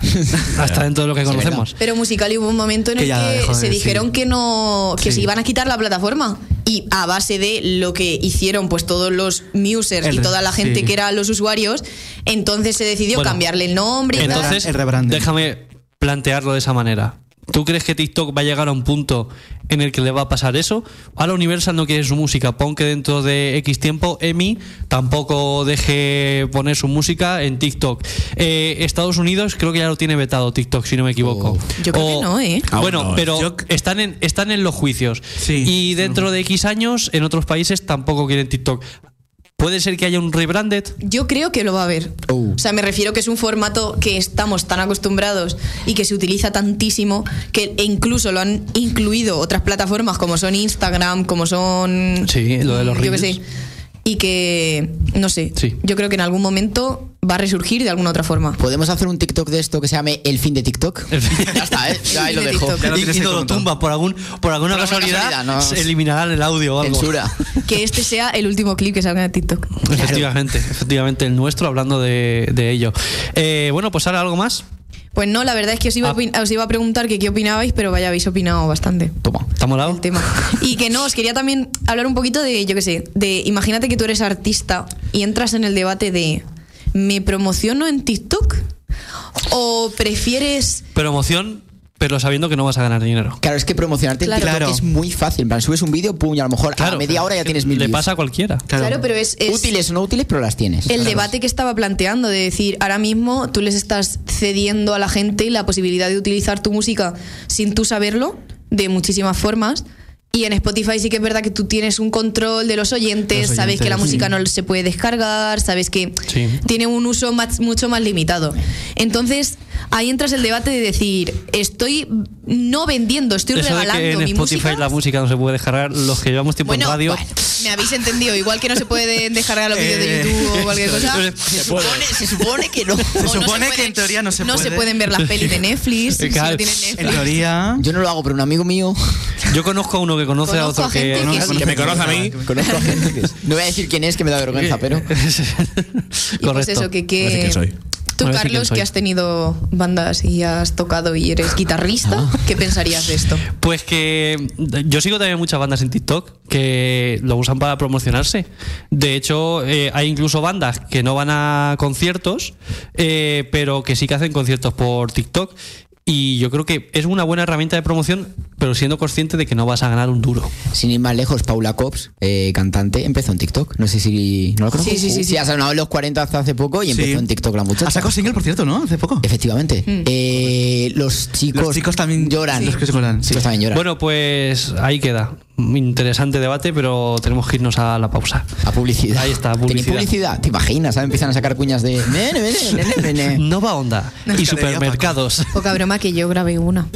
hasta dentro de lo que verdad. conocemos. pero Musicali hubo un momento en Que el ya que dejó de se decir. dijeron que no que Sí. se iban a quitar la plataforma y a base de lo que hicieron pues todos los musers y El- toda la gente sí. que eran los usuarios, entonces se decidió Bueno, cambiarle el nombre y tal. Entonces, El rebranding. déjame plantearlo de esa manera. ¿Tú crees que TikTok va a llegar a un punto en el que le va a pasar eso? Ahora Universal no quiere su música. Pon que dentro de X tiempo EMI tampoco deje poner su música en TikTok. Eh, Estados Unidos creo que ya lo tiene vetado TikTok, si no me equivoco. Yo creo que no, ¿eh? Aún Bueno, no, ¿eh? pero Oh. Yo c- están, en, están en los juicios. Sí. Y dentro de X años, en otros países tampoco quieren TikTok. ¿Puede ser que haya un rebranded? Yo creo que lo va a haber. Oh. O sea, me refiero que es un formato que estamos tan acostumbrados y que se utiliza tantísimo que e incluso lo han incluido otras plataformas como son Instagram, como son... Sí, lo de los Yo qué Reels. sé. Y que, no sé, Sí. Pues yo creo que en algún momento va a resurgir de alguna otra forma. ¿Podemos hacer un TikTok de esto que se llame El fin de TikTok? ya está, ¿eh? Ya ahí lo El fin dejo. de TikTok. Ya lo y, tienes y ahí no lo comentado. tumba por algún por alguna Por alguna casualidad, casualidad, no. se eliminarán el audio o algo. Censura. Que este sea el último clip que salga de TikTok. Efectivamente, efectivamente, el nuestro hablando de, de ello. Eh, bueno, pues ahora algo más. Pues no, la verdad es que os iba, a Ah. opin- os iba a preguntar que qué opinabais, pero vaya, habéis opinado bastante. Toma. ¿Está molado? el tema. Y que no, os quería también hablar un poquito de, yo qué sé, de imagínate que tú eres artista y entras en el debate de ¿me promociono en TikTok? ¿O prefieres Promoción, pero sabiendo que no vas a ganar dinero. Claro, es que promocionarte en Claro. TikTok Claro. es muy fácil. En plan, subes un vídeo, pum, y a lo mejor Claro, a media hora ya tienes mil Le views. pasa a cualquiera. Claro, pero es, es Útiles o no útiles, pero las tienes. el debate que estaba planteando de decir, ahora mismo tú les estás cediendo a la gente la posibilidad de utilizar tu música sin tú saberlo, de muchísimas formas. Y en Spotify sí que es verdad que tú tienes un control de los oyentes, Los sabes que la oyentes, música sí. no se puede descargar, sabes que Sí. tiene un uso más- mucho más limitado. Entonces, ahí entras el debate de decir, estoy no vendiendo, estoy Eso de regalando que en mi Spotify música. la música no se puede descargar, los que llevamos tiempo bueno, en radio. bueno, me habéis entendido. Igual que no se pueden descargar los vídeos de YouTube o cualquier cosa. Se supone, se supone que no. o no supone que pueden- en teoría no se No se puede. pueden ver las pelis de Netflix. si no Claro. tienen Netflix. En teoría. Yo no lo hago, pero un amigo mío. Yo conozco a uno que conoce a Conozco otro a gente que. que Conozco- Que me conoce a mí. Conozco a gente que es- No voy a decir quién es, que me da vergüenza, pero. Y pues Correcto. eso, que, que- Parece que soy. Tú, Parece que Carlos, soy. que has tenido bandas y has tocado y eres guitarrista, ¿qué pensarías de esto? Pues que yo sigo también muchas bandas en TikTok que lo usan para promocionarse. De hecho, eh, hay incluso bandas que no van a conciertos, eh, pero que sí que hacen conciertos por TikTok. Y yo creo que es una buena herramienta de promoción, pero siendo consciente de que no vas a ganar un duro. Sin ir más lejos, Paula Cops, eh, cantante, empezó en TikTok. No sé si. ¿No la conoces? Sí, sí, sí, sí. ha sonado en los 40 hasta hace poco y empezó Sí. en TikTok la muchacha. Ha sacado single, por cierto, ¿no? Hace poco. Efectivamente. Mm. Eh, los chicos. Los chicos también lloran. Los chicos lloran. sí. Chicos también lloran. Bueno, pues ahí queda. Interesante debate, pero tenemos que irnos a la pausa. a publicidad. Ahí está, Tenéis publicidad. publicidad? ¿Te imaginas? ¿sabes? Empiezan a sacar cuñas de. Nene, nene, nene, nene. Nova Onda y Escalería, supermercados. Poca broma que yo grabé una.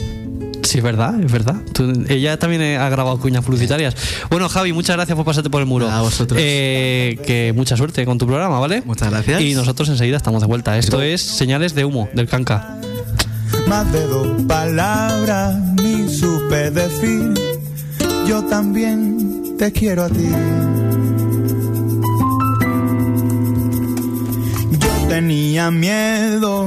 Sí, es verdad, es verdad. Tú- ella también eh, ha grabado cuñas publicitarias. Bueno, Javi, muchas gracias por pasarte por el muro. Nada, a vosotros. Eh, que mucha suerte con tu programa, ¿vale? Muchas gracias. Y nosotros enseguida estamos de vuelta. Esto es Señales de Humo, del Canca. más de dos palabras ni supe decir. Yo también te quiero a ti. Yo tenía miedo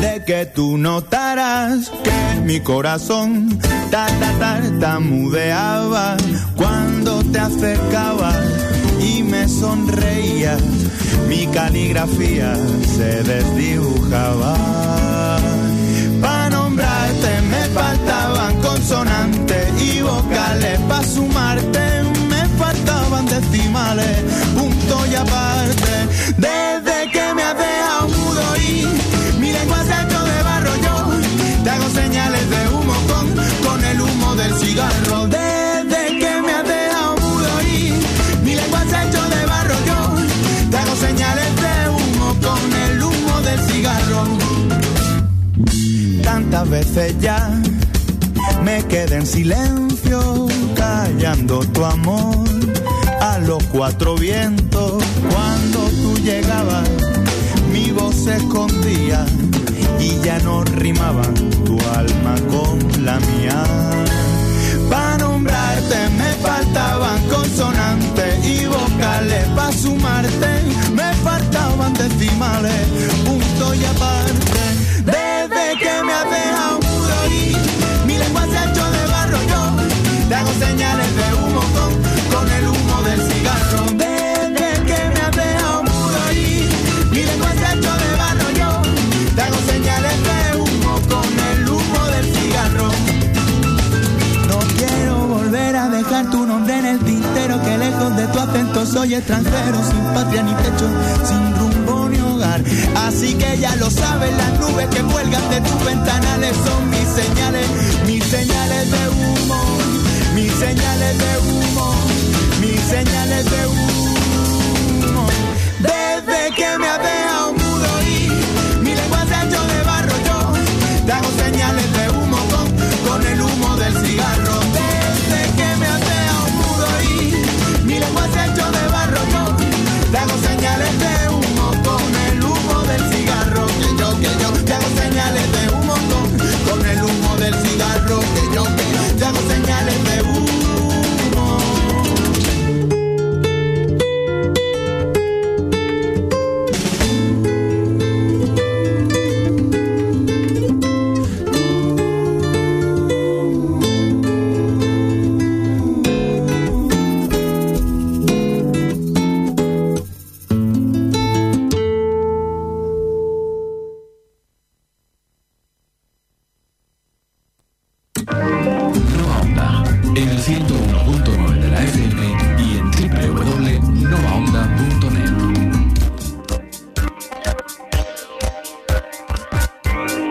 de que tú notaras que mi corazón ta ta tartamudeaba cuando te acercabas y me sonreías. Mi caligrafía se desdibujaba. Pa' nombrarte me faltaban consonantes y vocales. Pa' sumarte me faltaban decimales, punto y aparte. Desde que me has dejado mudo y mi lengua se ha hecho de barro yo. Te hago señales de humo con, con el humo del cigarro. Desde que me has dejado mudo y mi lengua se ha hecho de barro yo. Te hago señales de humo con el humo del cigarro tantas veces ya me quedé en silencio callando tu amor a los cuatro vientos cuando tú llegabas mi voz se escondía y ya no rimaban tu alma con la mía para nombrarte me faltaban consonantes y vocales para sumarte me faltaban decimales punto y aparte desde que me has dejado mudo y mi lengua se ha hecho de barro yo te hago señales de humo con, con el humo del cigarro desde que me has dejado mudo y mi lengua se ha hecho de barro yo te hago señales de humo con el humo del cigarro no quiero volver a dejar tu nombre en el tintero, que lejos de tu acento soy extranjero, sin patria ni techo, sin rumbo ni hogar. Así que ya lo sabes, las nubes que cuelgan de tus ventanales son mis señales, mis señales de humo, mis señales de humo, mis señales de humo. Desde que me has dejado mudo y mi lengua se ha hecho de barro yo, te hago señales de humo con, con el humo del cigarro. Desde que me has dejado mudo y mi lengua se ha hecho de barro yo, te hago señales de humo con el humo del cigarro. Que yo, que yo, te hago señales de humo con, con el humo del cigarro. Que yo, que yo, te hago señales de humo.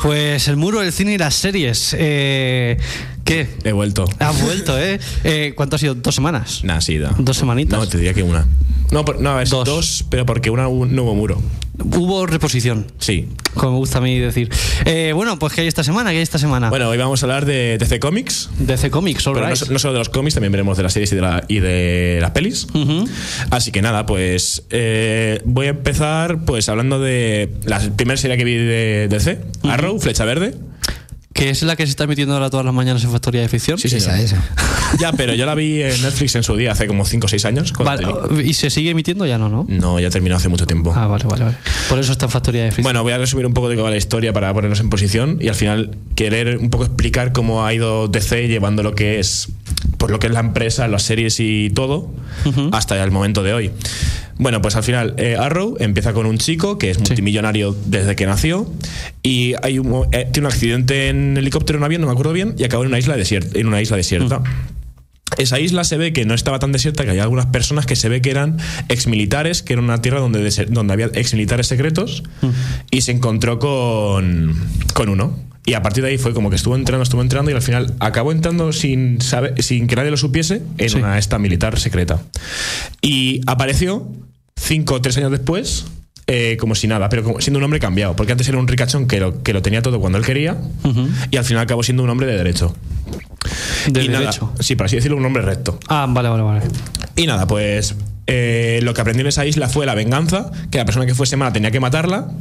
Pues el muro, el cine y las series. Eh, ¿Qué? He vuelto. Has vuelto, ¿eh? eh cuánto ha sido? ¿Dos semanas? Nah, sí, da. ¿Dos semanitas? No, te diría que una. No, por- no a ver, Dos. dos. pero porque una hubo- no hubo muro. Hubo reposición, Sí. como me gusta a mí decir. Eh, bueno, pues que hay esta semana, que hay esta semana. Bueno, hoy vamos a hablar de DC Comics. DC Comics, all Pero no, right. so- no solo de los cómics, también veremos de las series y de, la- y de las pelis. Ujú. Así que nada, pues eh, voy a empezar pues hablando de la primera serie que vi de DC, Arrow, Flecha Verde. Que es la que se está emitiendo ahora todas las mañanas en Factoría de Ficción. Sí, señor. Esa, esa. Ya, pero yo la vi en Netflix en su día, hace como 5 o 6 años. cuando Vale, tenía- ¿Y se sigue emitiendo ya no, no? No, ya terminó hace mucho tiempo. Ah, vale, vale, vale. Por eso está en Factoría de Ficción. Bueno, voy a resumir un poco de qué va la historia para ponernos en posición y al final querer un poco explicar cómo ha ido DC llevando lo que es por lo que es la empresa, las series y todo hasta el momento de hoy. Bueno, pues al final eh, Arrow empieza con un chico que es multimillonario desde que nació y hay un, mo- eh, tiene un accidente en helicóptero, en un avión, no me acuerdo bien, y acaba en una isla desierta. En una isla desierta. Esa isla se ve que no estaba tan desierta, que hay algunas personas que se ve que eran exmilitares, que era una tierra donde, dese- donde había exmilitares secretos, y se encontró con, con uno. Y a partir de ahí fue como que estuvo entrando, estuvo entrando, y al final acabó entrando sin, sabe- sin que nadie lo supiese en Sí. una esta militar secreta. Y apareció cinco o tres años después. eh, como si nada, pero como- siendo un hombre cambiado, porque antes era un ricachón que lo, que lo tenía todo cuando él quería y al final acabó siendo un hombre de derecho. de Y nada, derecho. sí, por así decirlo, un hombre recto. Ah, vale, vale, vale. Y nada, pues eh, lo que aprendí en esa isla fue la venganza, que la persona que fuese mala tenía que matarla,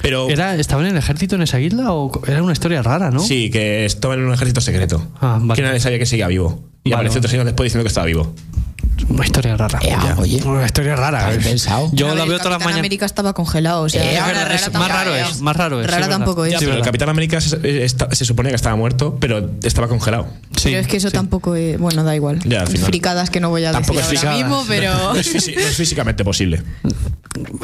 pero... ¿Era, ¿Estaban en el ejército en esa isla o co- era una historia rara, no? Sí, que estaba en un ejército secreto. Ah, vale. Que nadie sabía que seguía vivo. Y Vale, apareció vale. tres años después diciendo que estaba vivo. Una historia rara. Ea, Eh, oye. Una historia rara. eh. Está bien pensado. Yo A ver, la el veo todas las Capitán mañanas. América estaba congelado, o sea, Eh, rara, es verdad, rara es- tampoco eh, más raro es, más raro es, Rara es verdad. tampoco es. Ya, Sí, pero el verdad. Capitán América se, eh, está- se supone que estaba muerto, pero estaba congelado. Sí, pero es que eso sí. tampoco es. Bueno, da igual. Ya, al final. Fricadas que no voy a Tampoco decir es ahora mismo, fricadas. pero. No es, fisi- no es físicamente posible.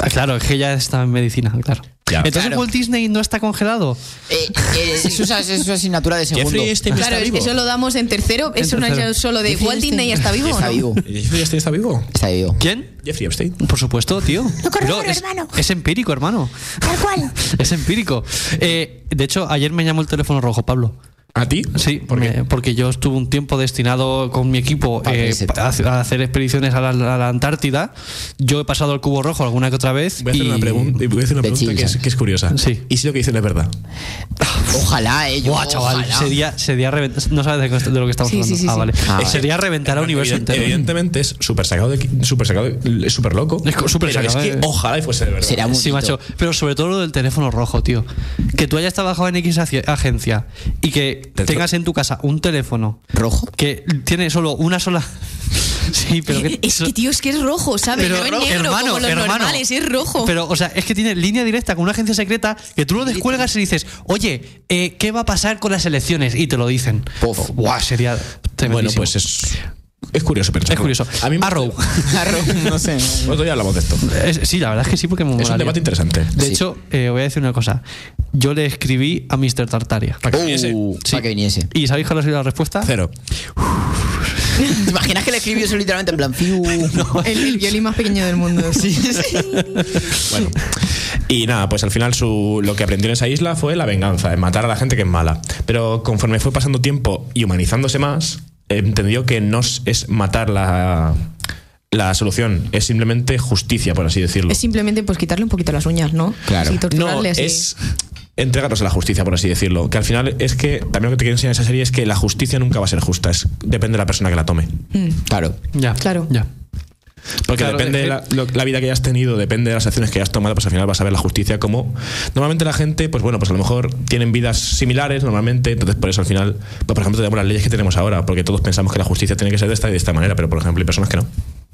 Ah, Claro, es que ya está en medicina, claro. Ya. Entonces Claro. Walt Disney no está congelado. Eh, eh, es, su, es su asignatura de segundo. Jeffrey Epstein Claro, está vivo. eso lo damos en tercero. Es En una tercero. solo de Jeffrey Walt Epstein. Disney está vivo. o Está no? vivo. ¿Jeffrey Epstein está vivo? Está vivo. ¿Quién? Jeffrey Epstein. Por supuesto, tío. Pero corroboro, es, hermano. es empírico, hermano. Tal cual. Es empírico. Eh, de hecho, ayer me llamó el teléfono rojo, Pablo. ¿A ti? Sí, me- porque yo estuve un tiempo destinado con mi equipo Ah, Para eh, reset. pa- a a hacer expediciones a la, a la Antártida. Yo he pasado el cubo rojo alguna que otra vez. Voy a hacer y- una, pregun- voy a hacer una De pregunta que Chilsa. es, que es curiosa. Sí. ¿Y si lo que dicen es verdad? Ojalá, eh. yo- Buah, chaval, ojalá. sería, sería revent- No sabes de, qué- de lo que estamos Sí, hablando. sí, sí, ah, sí. vale. Ah, vale. Sería reventar al universo Evident- entero. Evidentemente es súper sacado, de qui- súper sacado, de- es súper loco. Es co- súper pero sacado, es que eh. ojalá y fuese de verdad. Será muy Sí, macho. Pero sobre todo lo del teléfono rojo, tío. Que tú hayas trabajado en X aci- agencia y que Te- tengas en tu casa un teléfono Rojo. que tiene solo una sola. sí, pero que. Es que, tío, es que es rojo, ¿sabes? Pero, no es negro como los hermano, normales, es rojo. Pero, o sea, es que tiene línea directa con una agencia secreta que tú lo descuelgas y dices, oye, eh, ¿qué va a pasar con las elecciones? Y te lo dicen. Puf. Buah, sería Bueno, tremendísimo. pues es, es curioso, pero Es curioso. A mí me- Arrow. no sé. Otro día hablamos de esto. Es- sí, la verdad es que sí, porque me eh, Es un molaría. debate interesante. De Sí. hecho, eh, voy a decir una cosa. Yo le escribí a Mr. Tartaria. Para que viniese. Uh, Sí. Para que viniese. ¿Y sabéis cuál ha sido la respuesta? Cero. ¿Te imaginas que le escribió eso literalmente en plan fiu? El, el violín más pequeño del mundo. Sí, Bueno. Y nada, pues al final su, lo que aprendió en esa isla fue la venganza, en matar a la gente que es mala. Pero conforme fue pasando tiempo y humanizándose más, entendió que no es- es matar la, la solución, es simplemente justicia, por así decirlo. Es simplemente pues quitarle un poquito las uñas, ¿no? Claro. Y torturarle no, así. es entregarnos a la justicia, por así decirlo. Que al final es que también lo que te quiero enseñar en esa serie es que la justicia nunca va a ser justa. Es, depende de la persona que la tome. Claro. Ya. Claro. Ya. Porque Claro, depende eh, de la, lo- la vida que hayas tenido, depende de las acciones que hayas tomado, pues al final vas a ver la justicia como. Normalmente la gente, pues bueno, pues a lo mejor tienen vidas similares, normalmente, entonces por eso al final, pues, por ejemplo, tenemos las leyes que tenemos ahora, porque todos pensamos que la justicia tiene que ser de esta y de esta manera, pero por ejemplo, hay personas que no.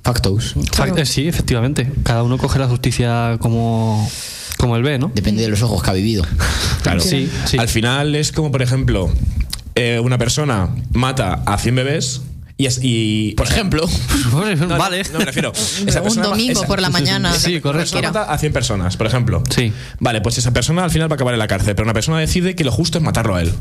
Factos. Claro. Fact- eh, Sí, efectivamente. Cada uno coge la justicia como, como él ve, ¿no? Depende de los ojos que ha vivido. Claro. Sí, sí. Al final es como, por ejemplo, eh, una persona mata a 100 bebés y. es- y Por ejemplo. No, no, vale. No, me refiero. Un domingo por la mañana. Sí, correcto. persona mata a 100 personas, por ejemplo. Sí. Vale, pues esa persona al final va a acabar en la cárcel, pero una persona decide que lo justo es matarlo a él.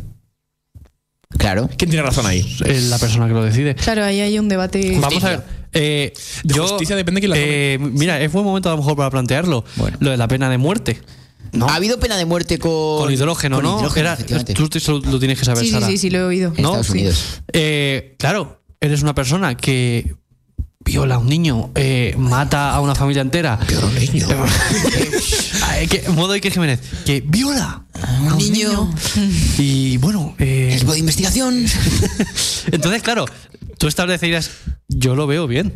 Claro. ¿Quién tiene razón ahí? Es la persona que lo decide. Claro, ahí hay un debate. Vamos a ver. eh, De yo, justicia depende de quién la eh, Mira, es buen momento a lo mejor para plantearlo. Bueno. Lo de la pena de muerte. No. Ha habido pena de muerte con, Con hidrógeno, con ¿no? hidrógeno, Era- efectivamente. tú eso lo tienes que saber, Sí, sí, Sara. sí, sí, lo he oído. En Estados Sí. Unidos. Eh, claro, eres una persona que viola a un niño, eh, mata a una familia entera. Viola un niño. modo Iker Jiménez, que viola a un niño. Y bueno, eh, Equipo de investigación. entonces, claro, tú establecerías. Yo lo veo bien.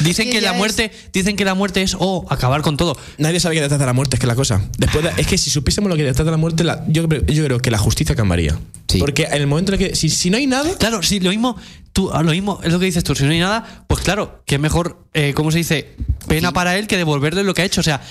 Dicen que que, la ya muerte, dicen que la muerte es oh, acabar con todo. Nadie sabe qué detrás de la muerte, es que la cosa. Después de- es que si supiésemos lo que detrás de la muerte, la- yo, cre- yo creo que la justicia cambiaría. Sí. Porque en el momento en el que. Si, si no hay nada. Claro, sí, lo mismo, tú, ah, lo mismo es lo que dices tú, si no hay nada, pues claro, que es mejor, eh, ¿cómo se dice? Pena para él que devolverle lo que ha hecho. O sea,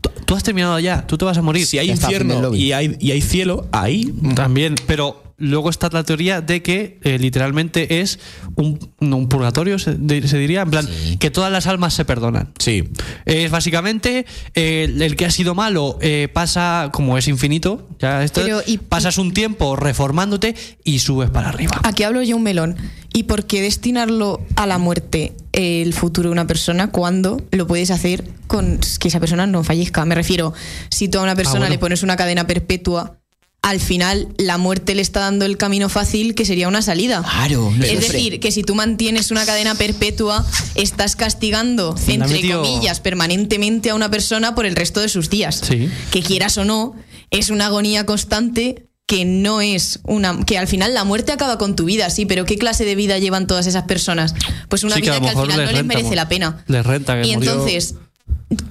tú- tú has terminado ya, tú te vas a morir. Si hay Ya está, fin del infierno lobby. y hay, y hay cielo, ahí. También, pero luego está la teoría de que eh, literalmente es un, no, un purgatorio, se, de- se diría, en plan, que todas las almas se perdonan. Sí. Es básicamente eh, el, el que ha sido malo eh, pasa, como es infinito, ya esto, Pero, ¿y- pasas un tiempo reformándote y subes para arriba. Aquí hablo yo un melón. ¿Y por qué destinarlo a la muerte el futuro de una persona cuando lo puedes hacer con que esa persona no fallezca? Me refiero, si tú a una persona bueno. le pones una cadena perpetua, al final la muerte le está dando el camino fácil que sería una salida. Claro, lo Es sufre. decir, que si tú mantienes una cadena perpetua, estás castigando, Me ha entre metido- comillas, permanentemente a una persona por el resto de sus días. Sí. Que quieras o no, es una agonía constante que no es una. que al final la muerte acaba con tu vida, sí, pero ¿qué clase de vida llevan todas esas personas? Pues una Sí, que a vida lo que, al mejor final les no les renta merece mu- la pena. les renta que Y murió- entonces.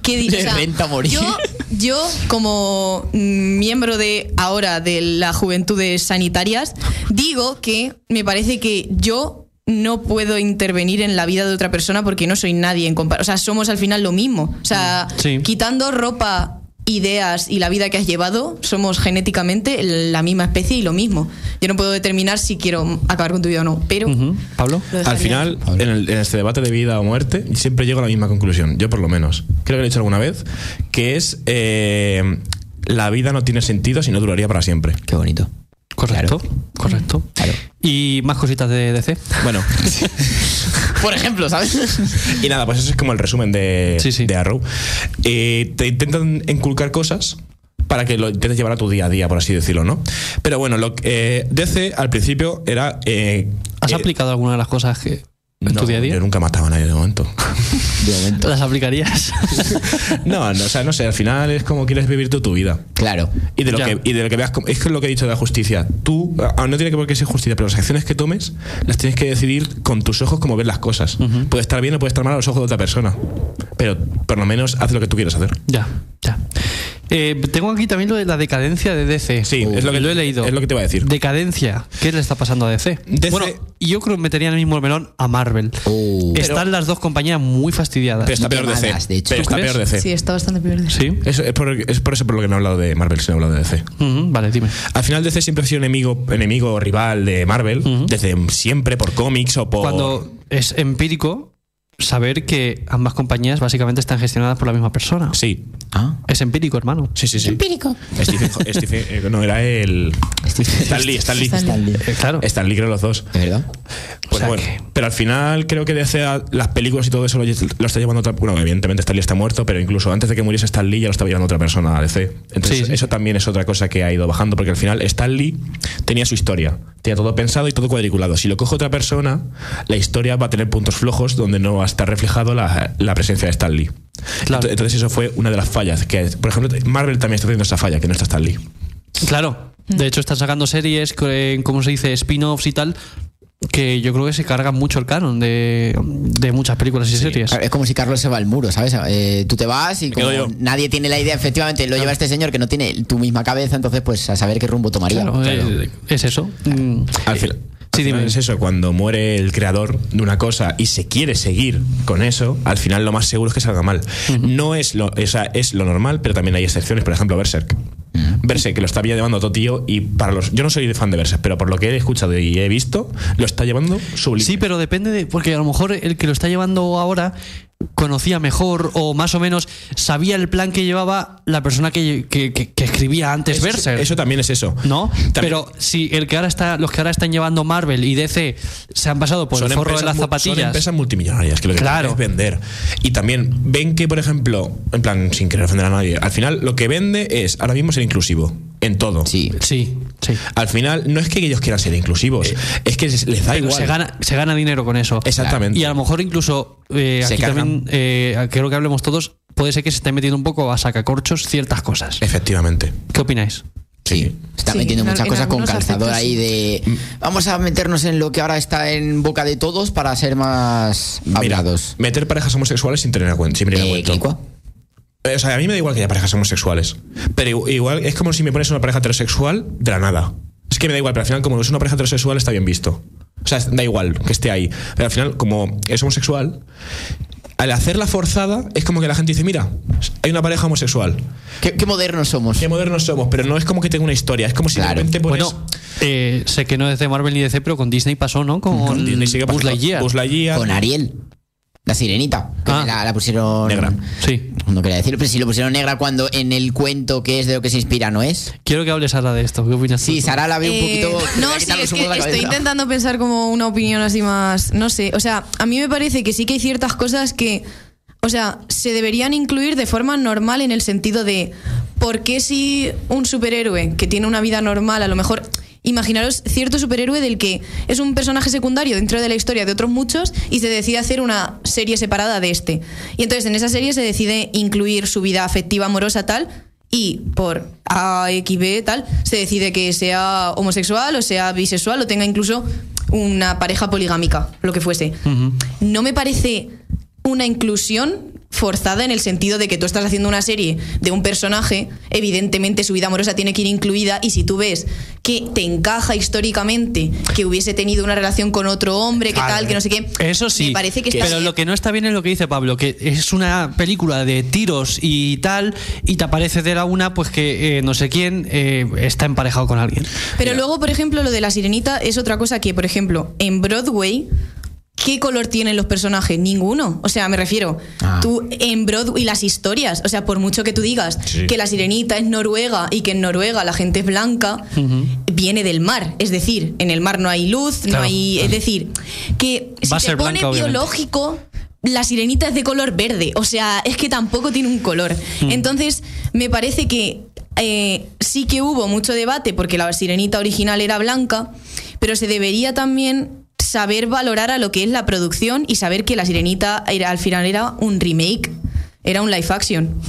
¿Qué dices? Les renta morir. Yo, yo, como mm, miembro de ahora de la Juventudes Sanitarias, digo que me parece que yo no puedo intervenir en la vida de otra persona porque no soy nadie en comparación. O sea, somos al final lo mismo. O sea, Sí. quitando ropa, ideas y la vida que has llevado, somos genéticamente la misma especie y lo mismo. Yo no puedo determinar si quiero acabar con tu vida o no, pero. Ujú. ¿Mm? Pablo. lo Al dejaría. final, en, el- en este debate de vida o muerte, siempre llego a la misma conclusión, yo por lo menos. Creo que lo he dicho alguna vez, que es eh, la vida no tiene sentido si no duraría para siempre. Qué bonito. Correcto, correcto. Y más cositas de DC. Bueno, Por ejemplo, ¿sabes? y nada, pues eso es como el resumen de, Sí, sí. de Arrow. Eh, te intentan inculcar cosas para que lo intentes llevar a tu día a día, por así decirlo, ¿no? Pero bueno, lo, que- eh, DC al principio era... eh, ¿Has eh, aplicado alguna de las cosas que en no, tu día a Yo día? nunca mataba a nadie de momento. De momento. ¿Las aplicarías? No, no, o sea, no sé, al final es como quieres vivir tú tu vida. Claro. Y de, lo Ya. que, y de lo que veas, como- es que lo que he dicho de la justicia. Tú, ah, no tiene que por qué ser justicia, pero las acciones que tomes las tienes que decidir con tus ojos como ves las cosas. Puede estar bien o puede estar mal a los ojos de otra persona. Pero por lo menos haz lo que tú quieras hacer. Ya, ya. Eh, tengo aquí también lo de la decadencia de DC. Sí, es lo que- lo he leído. es lo que te iba a decir. Decadencia. ¿Qué le está pasando a DC? DC Bueno, y yo creo que metería en el mismo melón a Marvel. Oh. Están las dos compañías muy fastidiadas. Pero está peor de Quemadas, de DC. hecho. Pero ¿Tú está crees? peor DC. Sí, está bastante peor. de- sí. Eso, es, por, es por eso por lo que no he hablado de Marvel, sino he hablado de DC. Ujú, vale, dime. Al final DC siempre ha sido enemigo, enemigo o rival de Marvel, desde siempre por cómics o por... Cuando es empírico saber que ambas compañías básicamente están gestionadas por la misma persona. Sí, Ah. Es empírico, hermano. sí, sí. Empírico. Stephen, Stephen- eh, no, era el... Stan Lee, Stan Lee. Stan Lee. Eh, claro. Stan Lee creo los dos. ¿De verdad? Pues O sea bueno, que- pero al final creo que DC a- las películas y todo eso lo, lle- lo está llevando otra. Bueno, evidentemente Stan Lee está muerto, pero incluso antes de que muriese Stan Lee ya lo estaba llevando otra persona a DC. Entonces Sí, sí. eso también es otra cosa que ha ido bajando, porque al final Stan Lee tenía su historia, tenía todo pensado y todo cuadriculado. Si lo coge otra persona, la historia va a tener puntos flojos donde no va a estar reflejado la, la presencia de Stan Lee. Claro. Ento- Entonces eso fue una de las fallas. que Por ejemplo, Marvel también está teniendo esa falla, que no está Stan Lee. Claro. De hecho, están sacando series, eh, ¿cómo se dice? Spin-offs y tal, que yo creo que se cargan mucho el canon de, de muchas películas y series. Claro, Es como si Carlos se va al muro, ¿sabes? Eh, tú te vas y quedo como yo. nadie tiene la idea, efectivamente, lo lleva este señor que no tiene tu misma cabeza, entonces pues a saber qué rumbo tomaría. Claro, eh, es eso. Mm. Al final, al Sí, final dime. es eso, cuando muere el creador de una cosa y se quiere seguir con eso, al final lo más seguro es que salga mal. No es lo, o sea, es lo normal, pero también hay excepciones, por ejemplo, Berserk. Berserk, que lo está llevando todo tío y para los yo no soy fan de Berserk, pero por lo que he escuchado y he visto, lo está llevando sublime. Sí, pero depende de. Porque a lo mejor el que lo está llevando ahora conocía mejor o más o menos sabía el plan que llevaba la persona que, que- que- que escribía antes Eso- Berserk. Eso también es eso. ¿No? También- Pero si el que ahora está, los que ahora están llevando Marvel y DC se han pasado por Pues el forro de las mu- Son zapatillas. empresas multimillonarias que lo que Claro. quieren es vender. Y también ven que, por ejemplo, en plan, sin querer ofender a nadie, al final lo que vende es ahora mismo ser inclusivo en todo. Sí. Sí, sí. Al final no es que ellos quieran ser inclusivos, es que les les da Eh, Pero igual. se gana, se gana dinero con eso. Exactamente. Y a lo mejor incluso eh, Se aquí cargan. también eh, creo que hablemos todos. Puede ser que se esté metiendo un poco a sacacorchos ciertas cosas. Efectivamente. ¿Qué opináis? Sí, se está Sí, metiendo en al- muchas en cosas con algunos calzador aspectos, ahí de Mm. vamos a meternos en lo que ahora está en boca de todos para ser más Mira, hablados. meter parejas homosexuales sin tener en cuen- sin tener en Eh, cuenta. Kiko. Eh, O sea, a mí me da igual que haya parejas homosexuales. Pero igu- igual es como si me pones una pareja heterosexual de la nada. Es que me da igual, pero al final, como es una pareja heterosexual, está bien visto. O sea, da igual que esté ahí. Pero al final, como es homosexual, al hacerla forzada, es como que la gente dice: Mira, hay una pareja homosexual. ¿Qué, qué modernos somos. Qué modernos somos, pero no es como que tenga una historia. Es como si Claro. de repente pones. Bueno, eh, sé que no es de Marvel ni DC, pero con Disney pasó, ¿no? Con, Con Disney sigue Buzz pasando- Lightyear. Buzz Lightyear. Con Ariel, la sirenita, que Ah. la, la pusieron Negra. Sí. No quería decirlo, pero sí lo pusieron negra cuando en el cuento que es de lo que se inspira, ¿no es? Quiero que hables Sara de esto. ¿Qué opinas? tú? Sí, Sara la ve un Eh, poquito. no, sí, es que estoy intentando pensar como una opinión así más. No sé. O sea, a mí me parece que sí que hay ciertas cosas que. O sea, se deberían incluir de forma normal en el sentido de. ¿Por qué si un superhéroe que tiene una vida normal, a lo mejor. Imaginaros cierto superhéroe del que es un personaje secundario dentro de la historia de otros muchos y se decide hacer una serie separada de este. Y entonces en esa serie se decide incluir su vida afectiva, amorosa, tal, y por A, X, B, tal, se decide que sea homosexual o sea bisexual o tenga incluso una pareja poligámica, lo que fuese. No me parece una inclusión forzada en el sentido de que tú estás haciendo una serie de un personaje, evidentemente su vida amorosa tiene que ir incluida y si tú ves que te encaja históricamente que hubiese tenido una relación con otro hombre, que tal, que no sé qué, Eso sí. me parece que está pero bien. lo que no está bien es lo que dice Pablo, que es una película de tiros y tal, y te aparece de la una, pues que eh, no sé quién eh, está emparejado con alguien. Pero luego, por ejemplo, lo de la sirenita es otra cosa que, por ejemplo, en Broadway, ¿qué color tienen los personajes? Ninguno. O sea, me refiero, Ah. tú en Broadway, las historias, o sea, por mucho que tú digas Sí. que la sirenita es noruega y que en Noruega la gente es blanca, viene del mar. Es decir, en el mar no hay luz, Claro. no hay. Es decir, que si Va a te ser pone blanca, obviamente. biológico. La sirenita es de color verde, o sea, es que tampoco tiene un color. Entonces, me parece que eh, sí que hubo mucho debate porque la sirenita original era blanca, pero se debería también saber valorar a lo que es la producción y saber que la sirenita era, al final era un remake. Era un live action.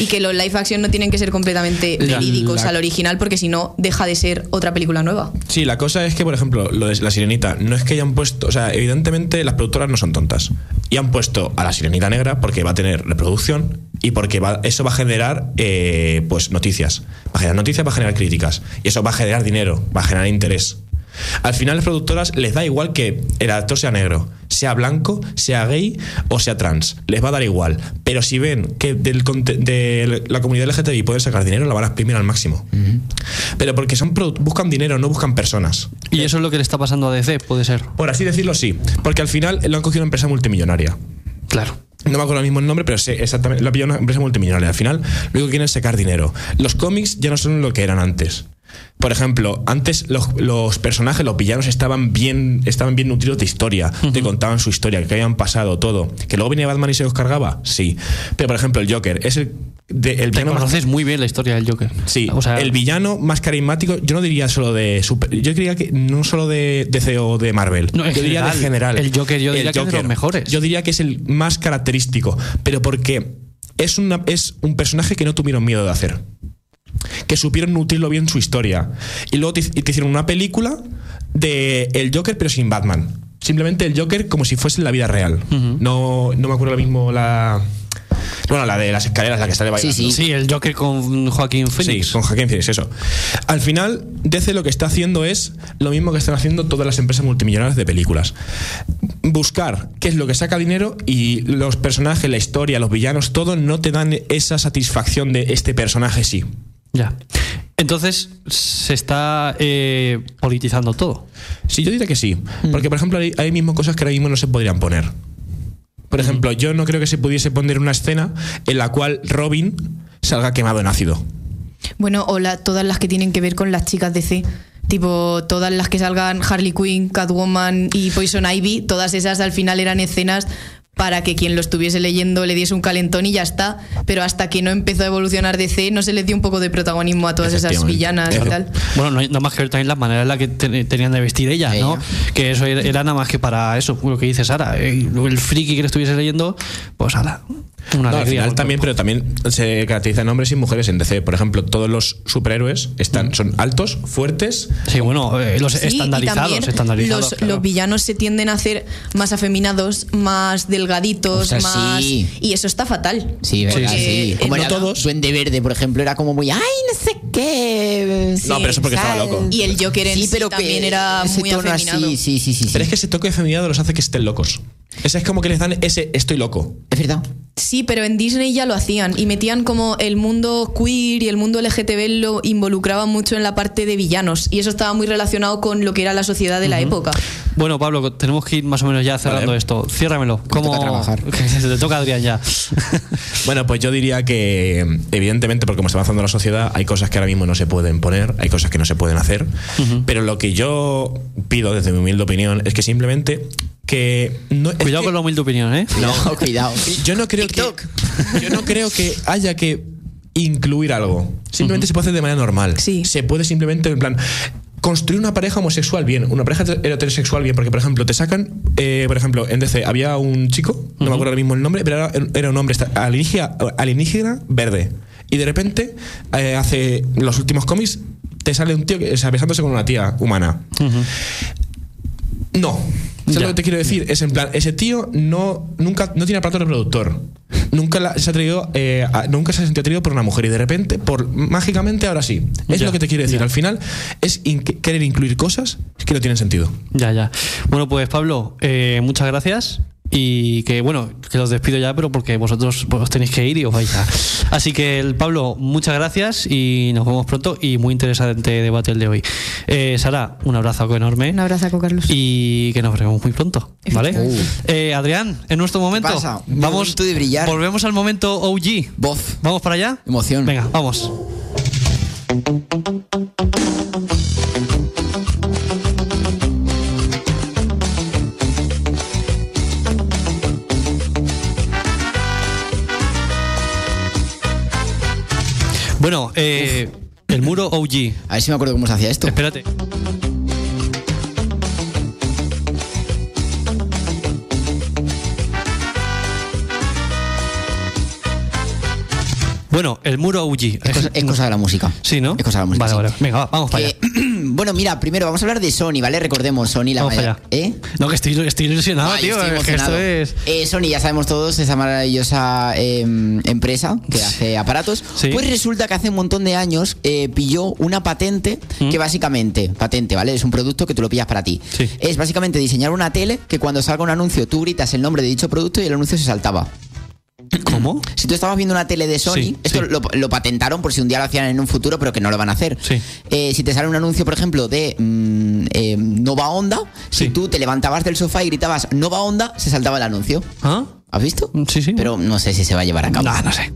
Y que los live action no tienen que ser completamente La- verídicos la- al original, porque si no, deja de ser otra película nueva. Sí, la cosa es que, por ejemplo, lo de la sirenita, no es que hayan puesto. O sea, evidentemente las productoras no son tontas. Y han puesto a la sirenita negra porque va a tener reproducción y porque va- eso va a generar eh, pues noticias. Va a generar noticias, va a generar críticas. Y eso va a generar dinero, va a generar interés. Al final, las productoras les da igual que el actor sea negro, sea blanco, sea gay o sea trans. Les va a dar igual. Pero si ven que del conte- de la comunidad LGTBI pueden sacar dinero, la van a exprimir al máximo. Pero porque son produ- buscan dinero, no buscan personas. Y eso es lo que le está pasando a DC, puede ser. Por así decirlo, sí. Porque al final lo han cogido una empresa multimillonaria. Claro. No me acuerdo el mismo el nombre, pero sé exactamente. Lo ha pillado una empresa multimillonaria. Al final, lo único que quieren es sacar dinero. Los cómics ya no son lo que eran antes. Por ejemplo, antes los, los personajes, los villanos estaban bien, estaban bien nutridos de historia, te contaban su historia, que habían pasado, todo. Que luego venía Batman y se los cargaba, sí. Pero por ejemplo, el Joker es el, de- el Te villano más- conoces muy bien la historia del Joker. Sí, O sea, el villano más carismático, yo no diría solo de super, yo diría que no solo de DC o de Marvel, No, en yo diría de general. general. El Joker yo diría que es de los mejores. Yo diría que es el más característico, pero porque es una es un personaje que no tuvieron miedo de hacer. Que supieron nutrirlo bien su historia. Y luego te, y te hicieron una película de El Joker, pero sin Batman. Simplemente el Joker como si fuese en la vida real. no, no me acuerdo ahora mismo la. Bueno, la de las escaleras, la que sale bailando. sí. Sí, el Joker con Joaquín Phoenix. Sí, con Joaquín Phoenix, eso. Al final, DC lo que está haciendo es lo mismo que están haciendo todas las empresas multimillonarias de películas. Buscar qué es lo que saca dinero y los personajes, la historia, los villanos, todo no te dan esa satisfacción de este personaje sí. Ya. Entonces se está eh, politizando todo. Sí, yo diría que sí. Porque, por ejemplo, hay, hay mismo cosas que ahora mismo no se podrían poner. Por ejemplo, yo no creo que se pudiese poner una escena en la cual Robin salga quemado en ácido. Bueno, o la- todas las que tienen que ver con las chicas de C. Tipo, todas las que salgan Harley Quinn, Catwoman y Poison Ivy, todas esas al final eran escenas para que quien lo estuviese leyendo le diese un calentón y ya está. Pero hasta que no empezó a evolucionar DC, no se le dio un poco de protagonismo a todas esas Efectivamente. villanas y Eso. tal. Bueno, no hay nada más que ver también las maneras en las que ten- tenían de vestir ellas, ¿no? Ella. Que eso era, era nada más que para eso, lo que dice Sara. eh, El friki que le estuviese leyendo, pues ala, una No, al alegría. final también, pero también se caracterizan hombres y mujeres en DC. Por ejemplo, todos los superhéroes Mm. están, son altos, fuertes. Sí, bueno, eh, los Sí, y estandarizados, también estandarizados. Los, claro. los villanos se tienden a hacer más afeminados, más delgaditos, Ostras, más. sí. Y eso está fatal. Sí, verdad, Sí, sí. sí. Como No era todos. Duende Verde, por ejemplo, era como muy, ay, no sé qué. No, pero eso porque estaba sal". loco. Y el Joker en sí pero que también era ese muy tono afeminado. así, sí, sí, sí. sí. Pero es que ese toque feminado los hace que estén locos. Ese es como que les dan ese estoy loco. Es verdad. Sí, pero en Disney ya lo hacían y metían como el mundo queer y el mundo LGTB lo involucraban mucho en la parte de villanos y eso estaba muy relacionado con lo que era la sociedad de la época. Bueno, Pablo, tenemos que ir más o menos ya cerrando Vale. esto. Ciérramelo. ¿Cómo? toca trabajar. Te toca a Adrián ya. Bueno, pues yo diría que, evidentemente, porque como está avanzando la sociedad, hay cosas que ahora mismo no se pueden poner, hay cosas que no se pueden hacer. Pero lo que yo pido, desde mi humilde opinión, es que simplemente que. No, es Cuidado que- con la humilde opinión, ¿eh? No, cuidado. Yo no creo TikTok. que. Yo no creo que haya que incluir algo. Simplemente se puede hacer de manera normal. Sí. Se puede simplemente, en plan. Construir una pareja homosexual bien, una pareja heterosexual bien, porque por ejemplo te sacan, eh, por ejemplo en DC había un chico, no me acuerdo ahora mismo el nombre, pero era, era un hombre esta- alienígena, alienígena verde. Y de repente eh, hace los últimos cómics te sale un tío que, o sea, besándose con una tía humana. No. ¿Sabes Ya. lo que te quiero decir? Es en plan, ese tío no, nunca, no tiene aparato reproductor. Nunca la- se ha atrevido, eh, a- nunca se ha sentido atraído por una mujer y de repente, por mágicamente, ahora sí. Es Ya. lo que te quiero decir. Al final, es in- querer incluir cosas que no tienen sentido. Ya, ya. Bueno, pues Pablo, eh, muchas gracias. Y que bueno, que los despido ya, pero porque vosotros os tenéis que ir y os vais ya. Así que el Pablo, muchas gracias y nos vemos pronto. Y muy interesante debate el de hoy. Eh, Sara, un abrazo enorme. Un abrazo, Carlos. Y que nos veremos muy pronto, ¿vale? Efectivamente. Eh, Adrián, en nuestro momento. pasa? Vamos. Momento de brillar. Volvemos al momento OG. Voz. ¿Vamos para allá? Emoción. Venga, vamos. Bueno, eh, el muro OG. A ver si me acuerdo cómo se hacía esto. Espérate. Bueno, el muro OG. Es cosa, es cosa de la música. Sí, ¿no? Es cosa de la música. Vale, sí. vale. Venga, va, vamos para allá. Que- bueno, mira, primero vamos a hablar de Sony, ¿vale? Recordemos, Sony la Vamos para allá. ¿Eh? No, que estoy, estoy ilusionado, Ay, tío. estoy es que esto emocionado. es. Eh, Sony, ya sabemos todos, esa maravillosa eh, empresa que hace aparatos. Sí. Pues resulta que hace un montón de años eh, pilló una patente que básicamente, patente, ¿vale? Es un producto que tú lo pillas para ti. Mm. Sí. Es básicamente diseñar una tele que cuando salga un anuncio tú gritas el nombre de dicho producto y el anuncio se saltaba. ¿Cómo? Si tú estabas viendo una tele de Sony, Sí, esto sí. Lo, lo patentaron por si un día lo hacían en un futuro, pero que no lo van a hacer. Sí. Eh, si te sale un anuncio, por ejemplo, de mm, eh, Nova Onda, Sí. si tú te levantabas del sofá y gritabas Nova Onda, se saltaba el anuncio. ¿Ah? ¿Has visto? Sí, sí. Pero no sé si se va a llevar a cabo. Ah, No, no sé.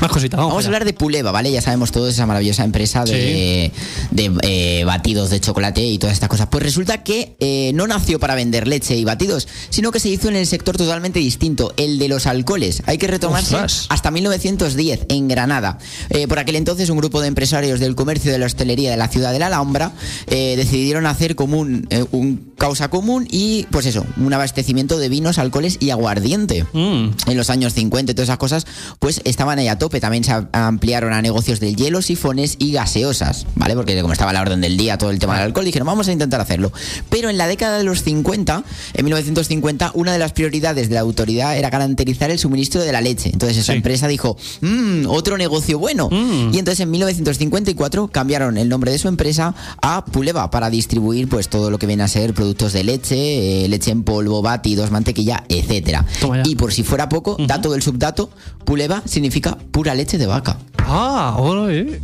Más cositas, vamos. Vamos a allá. hablar de Puleva, ¿vale? Ya sabemos todos esa maravillosa empresa de, de, eh, batidos de chocolate y todas estas cosas. Pues resulta que eh, no nació para vender leche y batidos, sino que se hizo en el sector totalmente distinto, el de los alcoholes. Hay que retomarse Ostras. hasta 1910 en Granada. Eh, por aquel entonces un grupo de empresarios del comercio y de la hostelería de la ciudad de la Alhambra eh, decidieron hacer común eh, un causa común y pues eso, un abastecimiento de vinos, alcoholes y aguardiente Mm. en los años 50 y todas esas cosas, pues estaban ahí a tope. También se a- ampliaron a negocios del hielo, sifones y gaseosas, ¿vale? Porque como estaba la orden del día, todo el tema del alcohol, dijeron, vamos a intentar hacerlo. Pero en la década de los 50, en 1950, una de las prioridades de la autoridad era garantizar el suministro de la leche. Entonces esa Sí. Mm. empresa dijo, mmm, otro negocio bueno. Y entonces en 1954 cambiaron el nombre de su empresa a Puleva para distribuir pues todo lo que viene a ser productos de leche, eh, leche en polvo, batidos, mantequilla, etcétera. Toma ya. Y por si fuera poco, dato del subdato, puleva significa pura leche de vaca. Ah, hola, eh.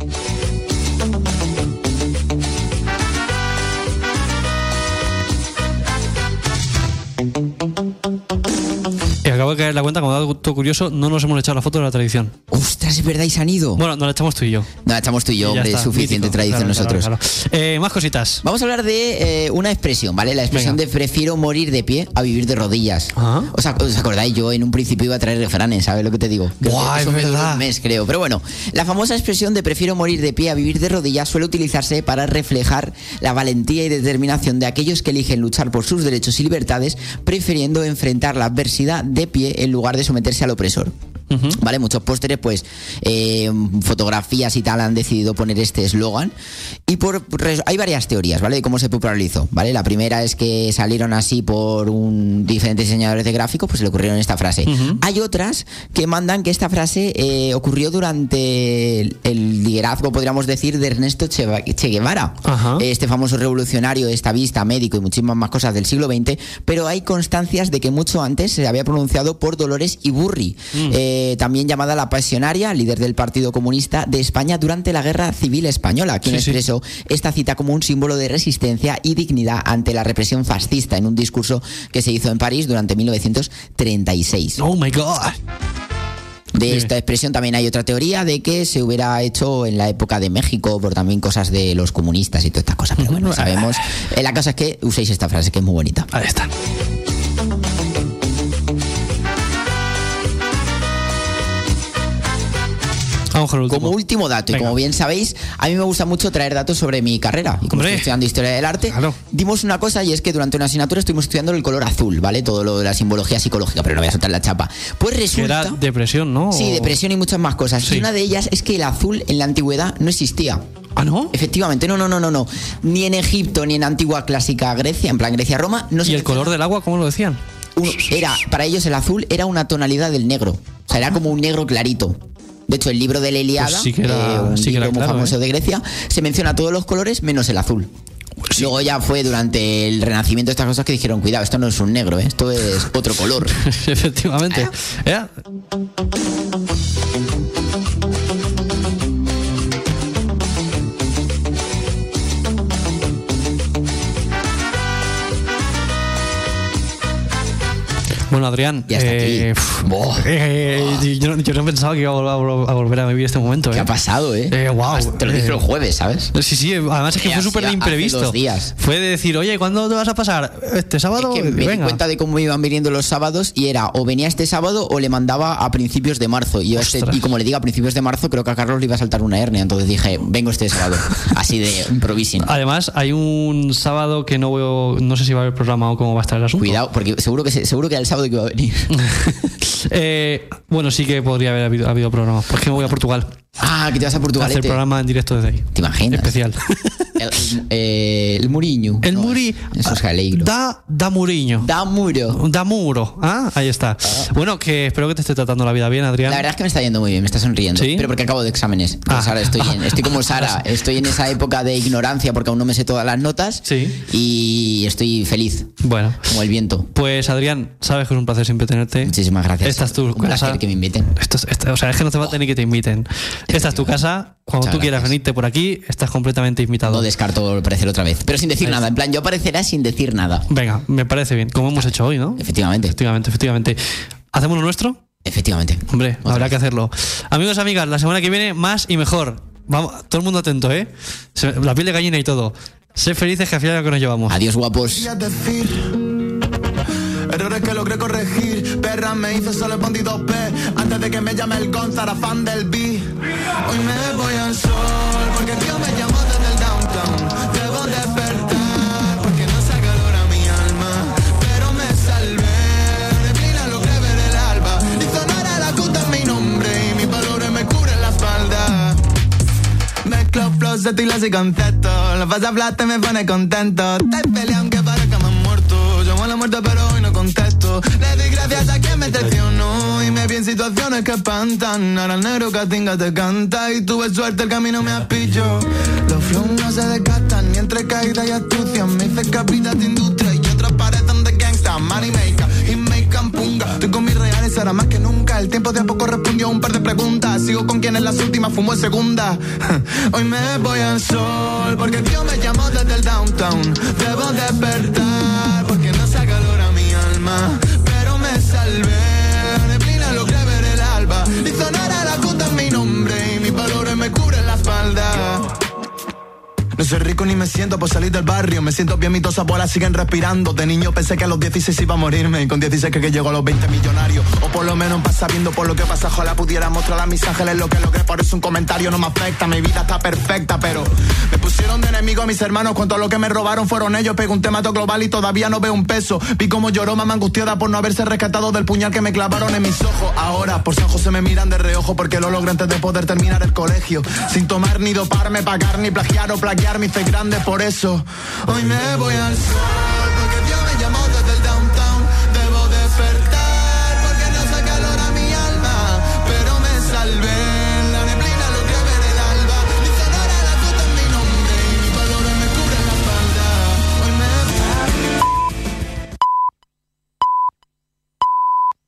Y acabo de caer en la cuenta, como dato curioso, no nos hemos echado la foto de la tradición. Ostras, es verdad, y se han ido. Bueno, nos la echamos tú y yo. no, echamos tú y yo, Y ya hombre, está, suficiente mítico. tradición Claro, claro, nosotros. claro. Eh, más cositas. Vamos a hablar de eh, una expresión, ¿vale? La expresión Venga. Ah. de prefiero morir de pie a vivir de rodillas. Ajá. O sea, ¿os acordáis? Yo en un principio iba a traer refranes, ¿sabes lo que te digo? Creo Buah, que eso es me duró verdad. Un mes, creo. Pero bueno, la famosa expresión de prefiero morir de pie a vivir de rodillas suele utilizarse para reflejar la valentía y determinación de aquellos que eligen luchar por sus derechos y libertades, prefiriendo enfrentar la adversidad de pie en lugar de someterse al opresor. ¿Vale? Muchos pósteres, pues, eh, fotografías y tal han decidido poner este eslogan. Y por res- hay varias teorías, ¿vale? De cómo se popularizó, ¿vale? La primera es que salieron así por un diferentes diseñadores de gráficos, pues se le ocurrieron esta frase. Hay otras que mandan que esta frase eh, ocurrió durante el, el liderazgo, podríamos decir, de Ernesto Che, Che Guevara. Ajá. Eh, este famoso revolucionario, vista médico y muchísimas más cosas del siglo XX, pero hay constancias de que mucho antes se había pronunciado por Dolores Iburri, Mm. eh, también llamada la pasionaria, líder del Partido Comunista de España durante la Guerra Civil Española, quien Sí, sí. expresó esta cita como un símbolo de resistencia y dignidad ante la represión fascista en un discurso que se hizo en París durante 1936. Oh my god. De Dime. esta expresión también hay otra teoría de que se hubiera hecho en la época de México por también cosas de los comunistas y todas estas cosas. Pero bueno, sabemos. Eh, La cosa es que uséis esta frase que es muy bonita. Ahí está. Vamos con el último. Como último dato, y Venga. como bien sabéis, a mí me gusta mucho traer datos sobre mi carrera. Y como Hombre. estoy estudiando historia del arte, Claro. dimos una cosa y es que durante una asignatura estuvimos estudiando el color azul, ¿vale? Todo lo de la simbología psicológica, pero no voy a soltar la chapa. Pues Que resulta. era depresión, ¿no? Sí, O- depresión y muchas más cosas. Sí. Y una de ellas es que el azul en la antigüedad no existía. Ah, ¿no? Efectivamente, no, no, no, no, no. Ni en Egipto, ni en antigua clásica Grecia, en plan Grecia-Roma, no se ¿Y el menciona- color del agua, cómo lo decían? un- era, para ellos el azul era una tonalidad del negro. O sea, era como un negro clarito. De hecho, el libro de la Eliada, Pues sí que era- un sí que era libro muy claro, famoso ¿eh? de Grecia, se menciona todos los colores menos el azul. Pues Luego ya fue durante el renacimiento estas cosas que dijeron, cuidado, esto no es un negro, ¿eh? esto es otro color. Efectivamente. ¿Eh? Era- Bueno, Adrián, Y hasta eh, aquí. pf, Buah, eh, yo, no- yo no pensaba que iba a vol- a vol- a volver a vivir este momento. ¿Qué eh. ha pasado, eh? Eh, guau, Te lo dije eh. el jueves, ¿sabes? Sí, sí, además es que Eh, fue hacía- súper de hace imprevisto. dos días. Fue de decir, oye, ¿cuándo te vas a pasar? ¿Este Es sábado? que me di Venga. cuenta de cómo iban viniendo los sábados y era o venía este sábado o le mandaba a principios de marzo. Y, yo este- Ostras. y como le diga a principios de marzo, creo que a Carlos le iba a saltar una hernia. Entonces dije, vengo este sábado. Así de improvising. Además, hay un sábado que no veo, no sé si va a haber programa o cómo va a estar el asunto. Cuidado, porque seguro que se- seguro que era el sábado que iba a venir. Eh, bueno, sí que podría haber habido, habido programa. Porque me voy a Portugal Ah, que te vas a a hacer Portugalete. programa en directo desde ahí. ¿Te imaginas? Especial. El, eh, el Muriño. El No, Muri. Eso es Galeiro. Da, da Muriño. Da, Da muro. Muro. Ah, ahí está. Bueno, que espero que te esté tratando la vida bien, Adrián. La verdad es que me está yendo muy bien, me está sonriendo. ¿Sí? Pero porque acabo de exámenes. Ah. Pues ahora estoy, en- estoy como Sara, estoy en esa época de ignorancia porque aún no me sé todas las notas. Sí. Y estoy feliz, Bueno, como el viento. pues Adrián, sabes que es un placer siempre tenerte. Muchísimas gracias. Esta es tu Un placer casa. que me inviten. Esto es- esto- o sea, es que no te va a tener que te inviten. Esta es tu casa. Cuando Muchas tú quieras gracias. venirte por aquí, estás completamente invitado. No descarto aparecer otra vez. Pero sin decir nada. En plan, yo aparecerá sin decir nada. Venga, me parece bien. Como hemos hecho hoy, ¿no? Efectivamente. Efectivamente, efectivamente. ¿Hacemos lo nuestro? Efectivamente. Hombre, Otra habrá vez. que hacerlo. Amigos, amigas, la semana que viene más y mejor. Vamos, todo el mundo atento, ¿eh? Se- la piel de gallina y todo. Sé felices que al final es lo que nos llevamos. Adiós, guapos. querías decir Errores que logré corregir Perra me hizo solo el Bondi 2P Antes de que me llame el Gonzara fan del B Hoy me voy al sol Porque tío me llamó desde el downtown Debo despertar Porque no se acalora mi alma Pero me salvé Neblina logré ver el alba Y sonará la cuta en mi nombre Y mis valores me cubren la espalda Mezclo flows, estilos y conceptos. Lo vas a hablar, te me pone contento. Te pelea aunque parezca más muerto. Yo la muerto, pero hoy no contesto. Le doy gracias a quien me traicionó. Y me vi en situaciones que espantan. Ahora el negro Catinga te canta. Y tuve suerte, el camino me aspilló. Los flows no se desgastan. Ni entre caídas y astucias. Me hice capitán de industria. Y otras parecen de gangsta. Money maker y make punga. Estoy con mis reales ahora más que nunca. El tiempo de a poco respondió a un par de preguntas. pregunta. Sigo con quien en las últimas fumo en segunda. Hoy me voy al sol porque el tío me llamó desde el downtown. Debo despertar porque no se acalora mi alma. Pero me salvé, la neblina logré ver el alba. Y sonará la cuta en mi nombre y mis valores me cubren la espalda. No soy rico ni me siento por salir del barrio. Me siento bien, mis dos abuelas siguen respirando. De niño pensé que a los 16 iba a morirme. Y con 16 creo que llego a los 20 millonarios. O por lo menos pasa viendo por lo que pasa. Ojalá pudiera mostrar a mis ángeles lo que logré. Por eso un comentario no me afecta. Mi vida está perfecta, pero me pusieron de enemigo a mis hermanos. Cuanto a lo que me robaron fueron ellos. Pegué un temato global y todavía no veo un peso. Vi como lloró mamá angustiada por no haberse rescatado del puñal que me clavaron en mis ojos. Ahora por San José me miran de reojo porque lo logré antes de poder terminar el colegio. Sin tomar ni doparme, pagar ni plagiar o plagiar mi fe grande. Por eso hoy me voy al sol porque Dios me llamó desde el downtown. Debo despertar porque no se calora mi alma. Pero me salvé en la neblina, logré ver el alba. Mi sonora la foto en mi nombre y mis valores me cubren la espalda. Hoy me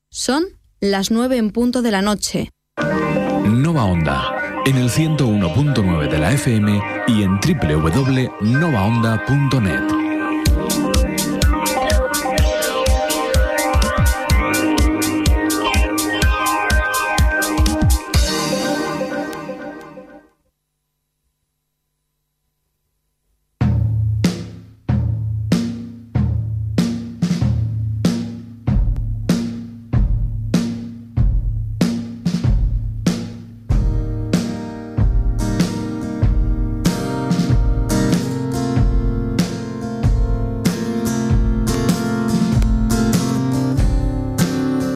Son las 9 en punto de la noche. Nova Onda, en el 101.9 de la FM y en www.novaonda.net.